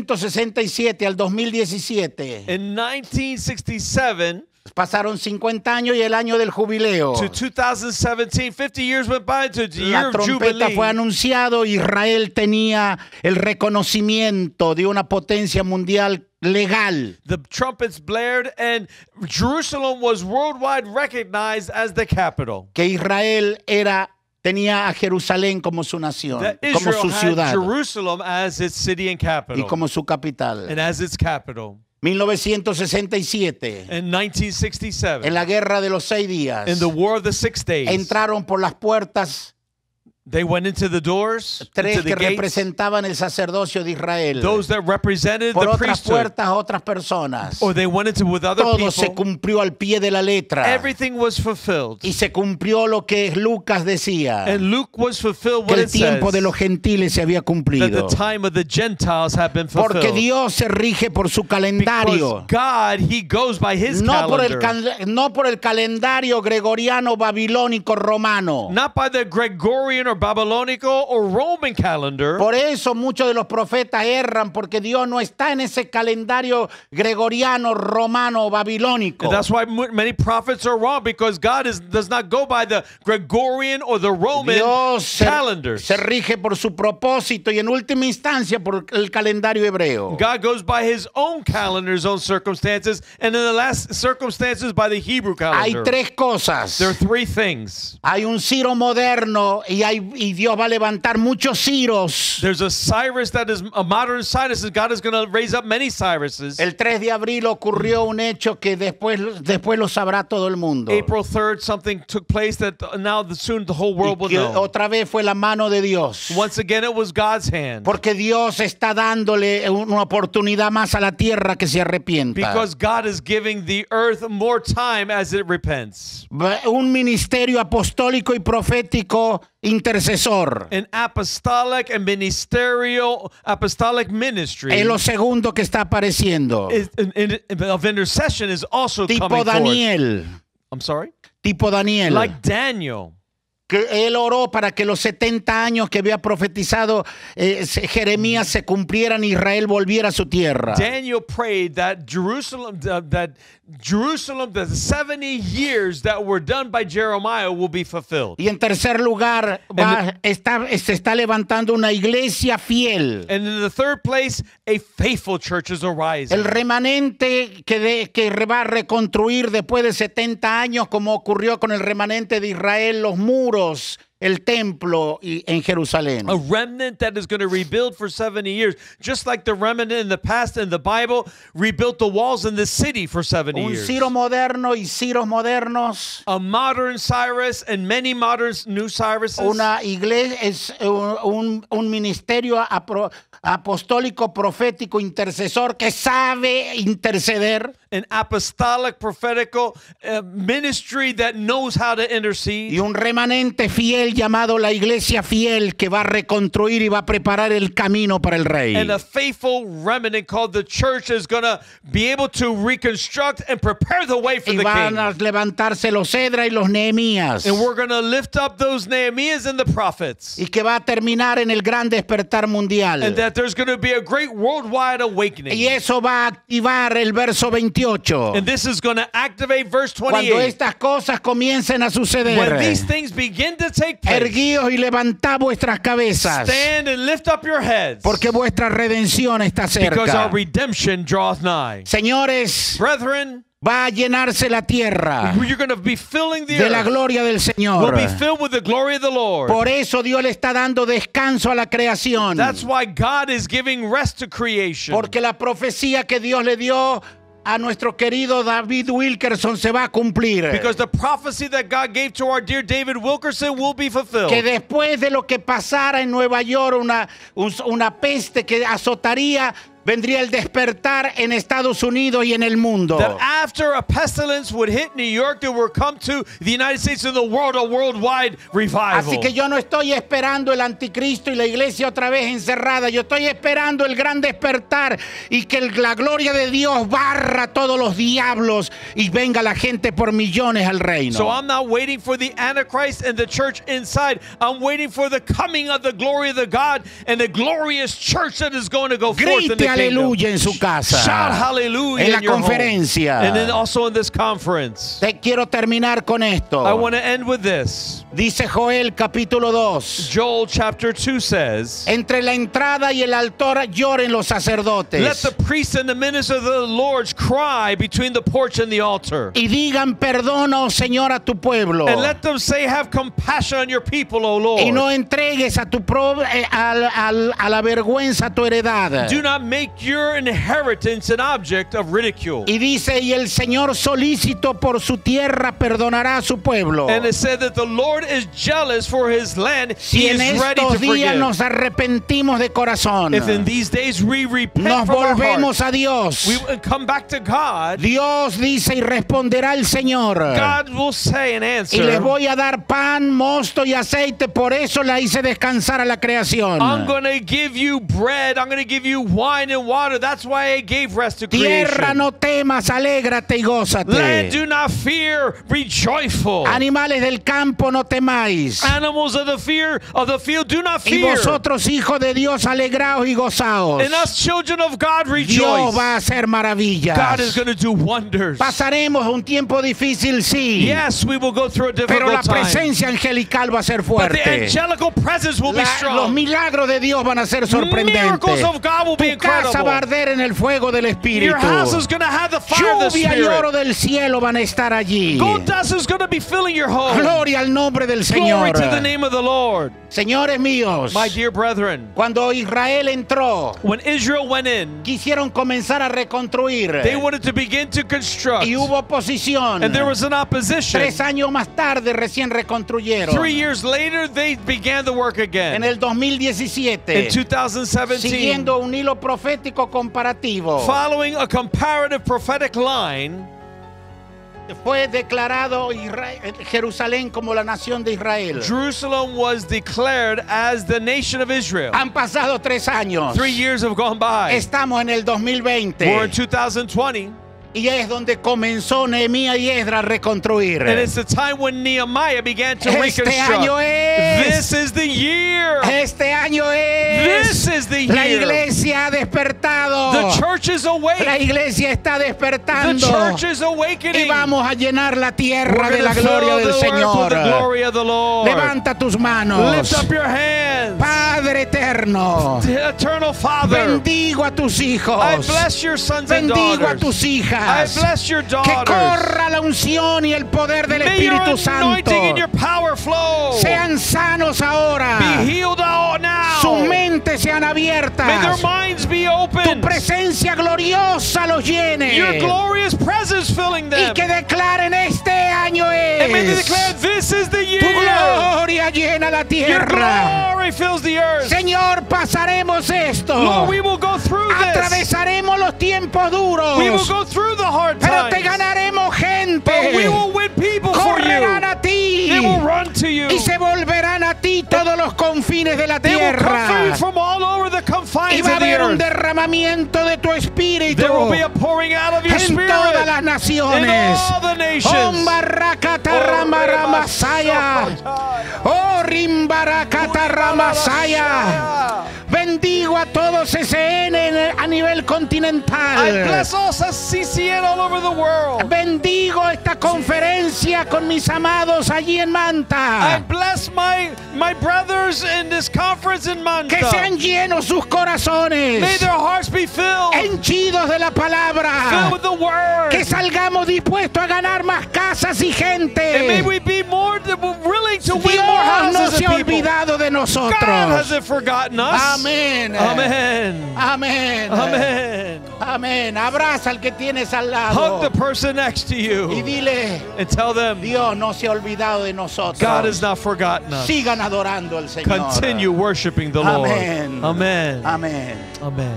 [SPEAKER 1] 1967 al 2017
[SPEAKER 2] In 1967
[SPEAKER 1] pasaron 50 años y el año del jubileo.
[SPEAKER 2] to 2017, 50 years went by to the year
[SPEAKER 1] La
[SPEAKER 2] of
[SPEAKER 1] trompeta
[SPEAKER 2] Jubilee.
[SPEAKER 1] fue anunciado, Israel tenía el reconocimiento de una potencia mundial legal.
[SPEAKER 2] The trumpets blared, and Jerusalem was worldwide recognized as the capital.
[SPEAKER 1] Que Israel era tenía a Jerusalén como su nación,
[SPEAKER 2] That
[SPEAKER 1] como
[SPEAKER 2] Israel
[SPEAKER 1] Ah. su
[SPEAKER 2] had
[SPEAKER 1] ciudad
[SPEAKER 2] Jerusalem as its city and
[SPEAKER 1] y
[SPEAKER 2] capital,
[SPEAKER 1] como su
[SPEAKER 2] and
[SPEAKER 1] capital.
[SPEAKER 2] as its capital.
[SPEAKER 1] 1967,
[SPEAKER 2] In 1967,
[SPEAKER 1] en la guerra de los seis días,
[SPEAKER 2] in the War of the Six Days,
[SPEAKER 1] entraron por las puertas
[SPEAKER 2] They went into the doors,
[SPEAKER 1] tres
[SPEAKER 2] into
[SPEAKER 1] que
[SPEAKER 2] the gates,
[SPEAKER 1] representaban el sacerdocio de Israel.
[SPEAKER 2] those that represented
[SPEAKER 1] Por
[SPEAKER 2] the
[SPEAKER 1] otras
[SPEAKER 2] priesthood,
[SPEAKER 1] puertas, otras personas.
[SPEAKER 2] or they went into with other
[SPEAKER 1] Todo se
[SPEAKER 2] people.
[SPEAKER 1] cumplió al pie de la letra.
[SPEAKER 2] Everything was fulfilled.
[SPEAKER 1] y se cumplió lo que Lucas decía,
[SPEAKER 2] And Luke was fulfilled
[SPEAKER 1] que
[SPEAKER 2] what
[SPEAKER 1] el
[SPEAKER 2] it says,
[SPEAKER 1] tiempo de los
[SPEAKER 2] that
[SPEAKER 1] gentiles se había
[SPEAKER 2] the
[SPEAKER 1] cumplido.
[SPEAKER 2] time of the Gentiles had been
[SPEAKER 1] Porque
[SPEAKER 2] fulfilled.
[SPEAKER 1] Dios se rige por su
[SPEAKER 2] Because
[SPEAKER 1] calendario,
[SPEAKER 2] God, He goes by His
[SPEAKER 1] no por, el
[SPEAKER 2] calendar,
[SPEAKER 1] cal- no por el calendario gregoriano, babilónico, romano.
[SPEAKER 2] not by the Gregorian or Babylonical or Roman calendar.
[SPEAKER 1] Por eso muchos de los profetas erran, porque Dios no está en ese calendario gregoriano, romano, o babilónico.
[SPEAKER 2] And that's why mu- many prophets are wrong because God is, does not go by the Gregorian or the Roman
[SPEAKER 1] Dios se,
[SPEAKER 2] calendars.
[SPEAKER 1] se rige por su propósito y en última instancia por el calendario hebreo.
[SPEAKER 2] God goes by his own calendar, his own circumstances, and in the last circumstances by the Hebrew
[SPEAKER 1] Hay
[SPEAKER 2] calendar.
[SPEAKER 1] tres cosas.
[SPEAKER 2] There are three things.
[SPEAKER 1] Hay un Ciro moderno y, hay, y Dios va a levantar muchos Ciros.
[SPEAKER 2] There's a Cyrus that is a modern Cyrus, and God is going to raise up many Cyruses.
[SPEAKER 1] El 3 de abril ocurrió un hecho que después, después lo sabrá todo el mundo.
[SPEAKER 2] April 3rd, something took place that uh, now the, soon the whole
[SPEAKER 1] Y
[SPEAKER 2] world will
[SPEAKER 1] que
[SPEAKER 2] know.
[SPEAKER 1] otra vez fue la mano de Dios.
[SPEAKER 2] Once again, it was God's hand.
[SPEAKER 1] Porque Dios está dándole una oportunidad más a la tierra que se arrepienta.
[SPEAKER 2] Because God is giving the earth more time as it repents.
[SPEAKER 1] un ministerio apostólico y profético intercesor.
[SPEAKER 2] an apostolic and ministerial apostolic ministry
[SPEAKER 1] Es lo segundo que está apareciendo.
[SPEAKER 2] is- in- in- of intercession is also
[SPEAKER 1] Tipo
[SPEAKER 2] coming forth.
[SPEAKER 1] Daniel.
[SPEAKER 2] I'm sorry,
[SPEAKER 1] Tipo Daniel.
[SPEAKER 2] like Daniel.
[SPEAKER 1] que él oró para que los 70 años que había profetizado eh, se- Jeremías se cumplieran y Israel volviera a su tierra.
[SPEAKER 2] Daniel prayed that Jerusalem, uh, that Jerusalem, the seventy years that were done by Jeremiah will be fulfilled.
[SPEAKER 1] Y en tercer lugar, va-
[SPEAKER 2] And
[SPEAKER 1] está, se está levantando una iglesia fiel.
[SPEAKER 2] And in the third place, a faithful church is
[SPEAKER 1] El
[SPEAKER 2] arising.
[SPEAKER 1] remanente que, de- que re- va a reconstruir después de 70 años, como ocurrió con el remanente de Israel, los muros, el templo y, en Jerusalén.
[SPEAKER 2] A remnant that is going to rebuild for 70 years, just like the remnant in the past in the Bible rebuilt the walls in the city for 70
[SPEAKER 1] Un
[SPEAKER 2] years.
[SPEAKER 1] Ciro moderno y Ciros modernos.
[SPEAKER 2] a modern Cyrus and many modern new Cyruses.
[SPEAKER 1] una iglesia es eh, un, un ministerio apro- apostólico profético intercesor que sabe interceder
[SPEAKER 2] an apostolic prophetical uh, ministry that knows how to intercede.
[SPEAKER 1] y un remanente fiel llamado la iglesia fiel que va a reconstruir y va a preparar el camino para el rey.
[SPEAKER 2] and a faithful remnant called the church is going to be able to reconstruct and prepare the way for
[SPEAKER 1] Y
[SPEAKER 2] the
[SPEAKER 1] van
[SPEAKER 2] king.
[SPEAKER 1] a levantarse los Edra y los Nehemías.
[SPEAKER 2] and we're going to lift up those Nehemiahs and the prophets.
[SPEAKER 1] Y que va a terminar en el gran despertar mundial.
[SPEAKER 2] and that there's going to be a great worldwide awakening.
[SPEAKER 1] Y eso va a activar el verso 28.
[SPEAKER 2] and this is going to activate verse
[SPEAKER 1] Cuando
[SPEAKER 2] 28.
[SPEAKER 1] estas cosas comiencen a suceder.
[SPEAKER 2] When these things begin to take place,
[SPEAKER 1] Erguíos y levantad vuestras cabezas,
[SPEAKER 2] stand and lift up your heads.
[SPEAKER 1] porque vuestra redención está
[SPEAKER 2] Because our
[SPEAKER 1] cerca.
[SPEAKER 2] redemption draweth nigh.
[SPEAKER 1] Señores,
[SPEAKER 2] Brethren,
[SPEAKER 1] va a llenarse la tierra
[SPEAKER 2] you're going to be filling the
[SPEAKER 1] de la
[SPEAKER 2] earth.
[SPEAKER 1] gloria del
[SPEAKER 2] Will
[SPEAKER 1] Señor.
[SPEAKER 2] be filled with the glory of the Lord.
[SPEAKER 1] Por eso Dios le está dando descanso a la creación,
[SPEAKER 2] That's why God is giving rest to creation.
[SPEAKER 1] porque la profecía que Dios le dio a nuestro querido David Wilkerson se va a cumplir.
[SPEAKER 2] Because the prophecy that God gave to our dear David Wilkerson will be fulfilled.
[SPEAKER 1] que después de lo que pasara en Nueva York, una, un- una peste que azotaría, vendría el despertar en Estados Unidos y en el mundo.
[SPEAKER 2] That after a pestilence would hit New York, there will come to the United States and the world a worldwide
[SPEAKER 1] Así
[SPEAKER 2] revival.
[SPEAKER 1] que yo no estoy esperando el anticristo y la iglesia otra vez encerrada. Yo estoy esperando el gran despertar y que el- la gloria de Dios barra todos los diablos y venga la gente por millones al reino.
[SPEAKER 2] So I'm not waiting for the Antichrist and the church inside. I'm waiting for the coming of the glory of the God and the glorious church that is going to go forth in
[SPEAKER 1] Grite
[SPEAKER 2] the kingdom.
[SPEAKER 1] aleluya en su casa.
[SPEAKER 2] Shout hallelujah
[SPEAKER 1] En la
[SPEAKER 2] in your home.
[SPEAKER 1] conferencia.
[SPEAKER 2] And then also in this conference.
[SPEAKER 1] Te quiero terminar con esto.
[SPEAKER 2] I want to end with this.
[SPEAKER 1] Dice Joel capítulo 2.
[SPEAKER 2] Joel chapter 2 says,
[SPEAKER 1] Entre la entrada y el altar lloren los
[SPEAKER 2] Let
[SPEAKER 1] sacerdotes
[SPEAKER 2] the priest and the minister of the Lord cry between the porch and the altar.
[SPEAKER 1] y digan perdona, oh Señor, a tu pueblo.
[SPEAKER 2] And let them say, Have compassion on your people, O Lord.
[SPEAKER 1] Y no entregues a tu pro- eh, al- al- a la vergüenza tu heredad.
[SPEAKER 2] Do not make make your inheritance an object of ridicule.
[SPEAKER 1] Y dice, y el Señor solícito por su tierra perdonará a su pueblo.
[SPEAKER 2] And it said that the Lord is jealous for his land.
[SPEAKER 1] Si
[SPEAKER 2] he
[SPEAKER 1] en
[SPEAKER 2] is ready to
[SPEAKER 1] estos días
[SPEAKER 2] forgive.
[SPEAKER 1] nos arrepentimos de corazón,
[SPEAKER 2] If in these days we repent
[SPEAKER 1] nos
[SPEAKER 2] from our
[SPEAKER 1] volvemos
[SPEAKER 2] hearts,
[SPEAKER 1] a Dios,
[SPEAKER 2] we will come back to God.
[SPEAKER 1] Dios dice y responderá el Señor.
[SPEAKER 2] God will say and
[SPEAKER 1] y les
[SPEAKER 2] answer.
[SPEAKER 1] voy a dar pan, mosto y aceite, por eso la hice descansar a la creación.
[SPEAKER 2] I'm going to give you bread. I'm going to give you wine and water. That's why I gave rest to
[SPEAKER 1] Tierra,
[SPEAKER 2] creation.
[SPEAKER 1] no temas, alégrate y gózate.
[SPEAKER 2] Land, do not fear. Be joyful.
[SPEAKER 1] Animales del campo, no temáis.
[SPEAKER 2] Animals of the fear of the field, do not
[SPEAKER 1] Y
[SPEAKER 2] fear.
[SPEAKER 1] vosotros, hijos de Dios, alegraos y gozaos.
[SPEAKER 2] And us children of God, rejoice.
[SPEAKER 1] Dios va a hacer
[SPEAKER 2] God is
[SPEAKER 1] maravillas.
[SPEAKER 2] going to do wonders.
[SPEAKER 1] Pasaremos un tiempo difícil, sí.
[SPEAKER 2] Yes, we will go through a
[SPEAKER 1] Pero la
[SPEAKER 2] difficult time.
[SPEAKER 1] presencia angelical va a ser
[SPEAKER 2] But the
[SPEAKER 1] fuerte.
[SPEAKER 2] angelical presence will be
[SPEAKER 1] La- los
[SPEAKER 2] strong.
[SPEAKER 1] milagros de Dios van a ser
[SPEAKER 2] Miracles
[SPEAKER 1] sorprendentes.
[SPEAKER 2] of God will be
[SPEAKER 1] Tu casa va a
[SPEAKER 2] incredible.
[SPEAKER 1] arder en el fuego del Espíritu.
[SPEAKER 2] Your house is going to have the fire of the
[SPEAKER 1] Lluvia y oro
[SPEAKER 2] Spirit.
[SPEAKER 1] del cielo van a estar allí.
[SPEAKER 2] Gold dust is going to be filling your home.
[SPEAKER 1] Gloria al nombre del
[SPEAKER 2] Glory
[SPEAKER 1] Señor.
[SPEAKER 2] to the name of the Lord.
[SPEAKER 1] Señores míos,
[SPEAKER 2] My dear brethren,
[SPEAKER 1] cuando Israel entró,
[SPEAKER 2] when Israel went in,
[SPEAKER 1] quisieron comenzar a reconstruir
[SPEAKER 2] they wanted to begin to construct.
[SPEAKER 1] y hubo oposición.
[SPEAKER 2] And there was an opposition.
[SPEAKER 1] Tres años más tarde recién reconstruyeron.
[SPEAKER 2] Three years later, they began the work
[SPEAKER 1] En
[SPEAKER 2] again.
[SPEAKER 1] el 2017,
[SPEAKER 2] In 2017,
[SPEAKER 1] siguiendo un hilo profético comparativo,
[SPEAKER 2] following a comparative prophetic line,
[SPEAKER 1] fue declarado Isra- Jerusalén como la nación de Israel.
[SPEAKER 2] Jerusalem was declared as the nation of Israel.
[SPEAKER 1] Han pasado tres años.
[SPEAKER 2] Three years have gone by.
[SPEAKER 1] Estamos en el 2020
[SPEAKER 2] We're in 2020,
[SPEAKER 1] y es donde comenzó Nehemías y Esdra a reconstruir.
[SPEAKER 2] and it's the time when Nehemiah began to
[SPEAKER 1] Este
[SPEAKER 2] reconstruct.
[SPEAKER 1] año es-
[SPEAKER 2] This is the year.
[SPEAKER 1] Este año es
[SPEAKER 2] This is the
[SPEAKER 1] la
[SPEAKER 2] year.
[SPEAKER 1] iglesia ha
[SPEAKER 2] The
[SPEAKER 1] despertado.
[SPEAKER 2] church is
[SPEAKER 1] La
[SPEAKER 2] awake.
[SPEAKER 1] iglesia está
[SPEAKER 2] The
[SPEAKER 1] despertando
[SPEAKER 2] church is
[SPEAKER 1] y
[SPEAKER 2] awakening.
[SPEAKER 1] vamos a llenar la
[SPEAKER 2] We're
[SPEAKER 1] tierra de
[SPEAKER 2] gonna
[SPEAKER 1] la
[SPEAKER 2] fill
[SPEAKER 1] gloria
[SPEAKER 2] the
[SPEAKER 1] del
[SPEAKER 2] earth with the
[SPEAKER 1] Señor.
[SPEAKER 2] glory of the Lord.
[SPEAKER 1] Levanta tus
[SPEAKER 2] Lift
[SPEAKER 1] manos.
[SPEAKER 2] up your hands.
[SPEAKER 1] Padre eterno,
[SPEAKER 2] Eternal Father,
[SPEAKER 1] bendigo a tus
[SPEAKER 2] I
[SPEAKER 1] hijos.
[SPEAKER 2] bless your sons and
[SPEAKER 1] Bendigo a
[SPEAKER 2] daughters.
[SPEAKER 1] tus
[SPEAKER 2] I
[SPEAKER 1] hijas.
[SPEAKER 2] bless your
[SPEAKER 1] Que
[SPEAKER 2] daughters.
[SPEAKER 1] corra la unción y el poder del
[SPEAKER 2] May your
[SPEAKER 1] Espíritu Santo.
[SPEAKER 2] anointing and your power flow.
[SPEAKER 1] Sean sanos ahora.
[SPEAKER 2] Be healed all now.
[SPEAKER 1] Sus mentes sean
[SPEAKER 2] May their
[SPEAKER 1] abiertas.
[SPEAKER 2] minds be
[SPEAKER 1] Tu
[SPEAKER 2] open.
[SPEAKER 1] presencia gloriosa los
[SPEAKER 2] Your
[SPEAKER 1] llene.
[SPEAKER 2] glorious presence filling
[SPEAKER 1] Y
[SPEAKER 2] them.
[SPEAKER 1] que declaren este año
[SPEAKER 2] And may they declare,
[SPEAKER 1] es.
[SPEAKER 2] this is the
[SPEAKER 1] Tu
[SPEAKER 2] year.
[SPEAKER 1] gloria llena la
[SPEAKER 2] Your
[SPEAKER 1] tierra.
[SPEAKER 2] glory fills the earth.
[SPEAKER 1] Señor, pasaremos esto.
[SPEAKER 2] Lord, we will go through this.
[SPEAKER 1] Atravesaremos los tiempos
[SPEAKER 2] We will
[SPEAKER 1] duros.
[SPEAKER 2] go through the hard
[SPEAKER 1] Pero te
[SPEAKER 2] times.
[SPEAKER 1] ganaremos
[SPEAKER 2] But we
[SPEAKER 1] gente.
[SPEAKER 2] will win people for you.
[SPEAKER 1] Correrán a ti.
[SPEAKER 2] They will run to you.
[SPEAKER 1] Y se volverán a ti todos los confines de la
[SPEAKER 2] They will come for you
[SPEAKER 1] tierra.
[SPEAKER 2] from all over the
[SPEAKER 1] Y
[SPEAKER 2] confines
[SPEAKER 1] va a
[SPEAKER 2] of the
[SPEAKER 1] haber un
[SPEAKER 2] earth.
[SPEAKER 1] derramamiento de tu espíritu
[SPEAKER 2] There will be a pouring out of your
[SPEAKER 1] en
[SPEAKER 2] spirit
[SPEAKER 1] todas las
[SPEAKER 2] in
[SPEAKER 1] naciones.
[SPEAKER 2] all the nations. Oh,
[SPEAKER 1] Ombarracataramarramasaya. Oh, Rimbaracataramasaya. Bendigo a todos SN en- a nivel
[SPEAKER 2] I
[SPEAKER 1] continental.
[SPEAKER 2] bless all CCN all over the world.
[SPEAKER 1] Bendigo esta conferencia con mis amados allí en
[SPEAKER 2] I
[SPEAKER 1] Manta.
[SPEAKER 2] bless my my brothers in this conference in
[SPEAKER 1] Que sean
[SPEAKER 2] Manta.
[SPEAKER 1] llenos sus
[SPEAKER 2] May
[SPEAKER 1] corazones,
[SPEAKER 2] their hearts be filled,
[SPEAKER 1] henchidos de la
[SPEAKER 2] filled
[SPEAKER 1] palabra.
[SPEAKER 2] with the word.
[SPEAKER 1] Que salgamos dispuestos a ganar más casas y
[SPEAKER 2] And may
[SPEAKER 1] gente.
[SPEAKER 2] we be more th- willing to win more
[SPEAKER 1] Dios no
[SPEAKER 2] houses
[SPEAKER 1] se
[SPEAKER 2] and
[SPEAKER 1] ha
[SPEAKER 2] people.
[SPEAKER 1] olvidado de
[SPEAKER 2] God
[SPEAKER 1] nosotros.
[SPEAKER 2] hasn't forgotten us.
[SPEAKER 1] Amén.
[SPEAKER 2] Amen.
[SPEAKER 1] Amén.
[SPEAKER 2] Amen.
[SPEAKER 1] Amén. Abraza al que tienes al
[SPEAKER 2] Hug
[SPEAKER 1] lado
[SPEAKER 2] the person next to
[SPEAKER 1] y
[SPEAKER 2] you
[SPEAKER 1] dile,
[SPEAKER 2] and tell them
[SPEAKER 1] Dios no se ha olvidado de nosotros.
[SPEAKER 2] God has not forgotten us.
[SPEAKER 1] Sigan adorando al Señor.
[SPEAKER 2] Continue worshiping the Lord.
[SPEAKER 1] Amén.
[SPEAKER 2] Amen.
[SPEAKER 1] Amén.
[SPEAKER 2] Amen.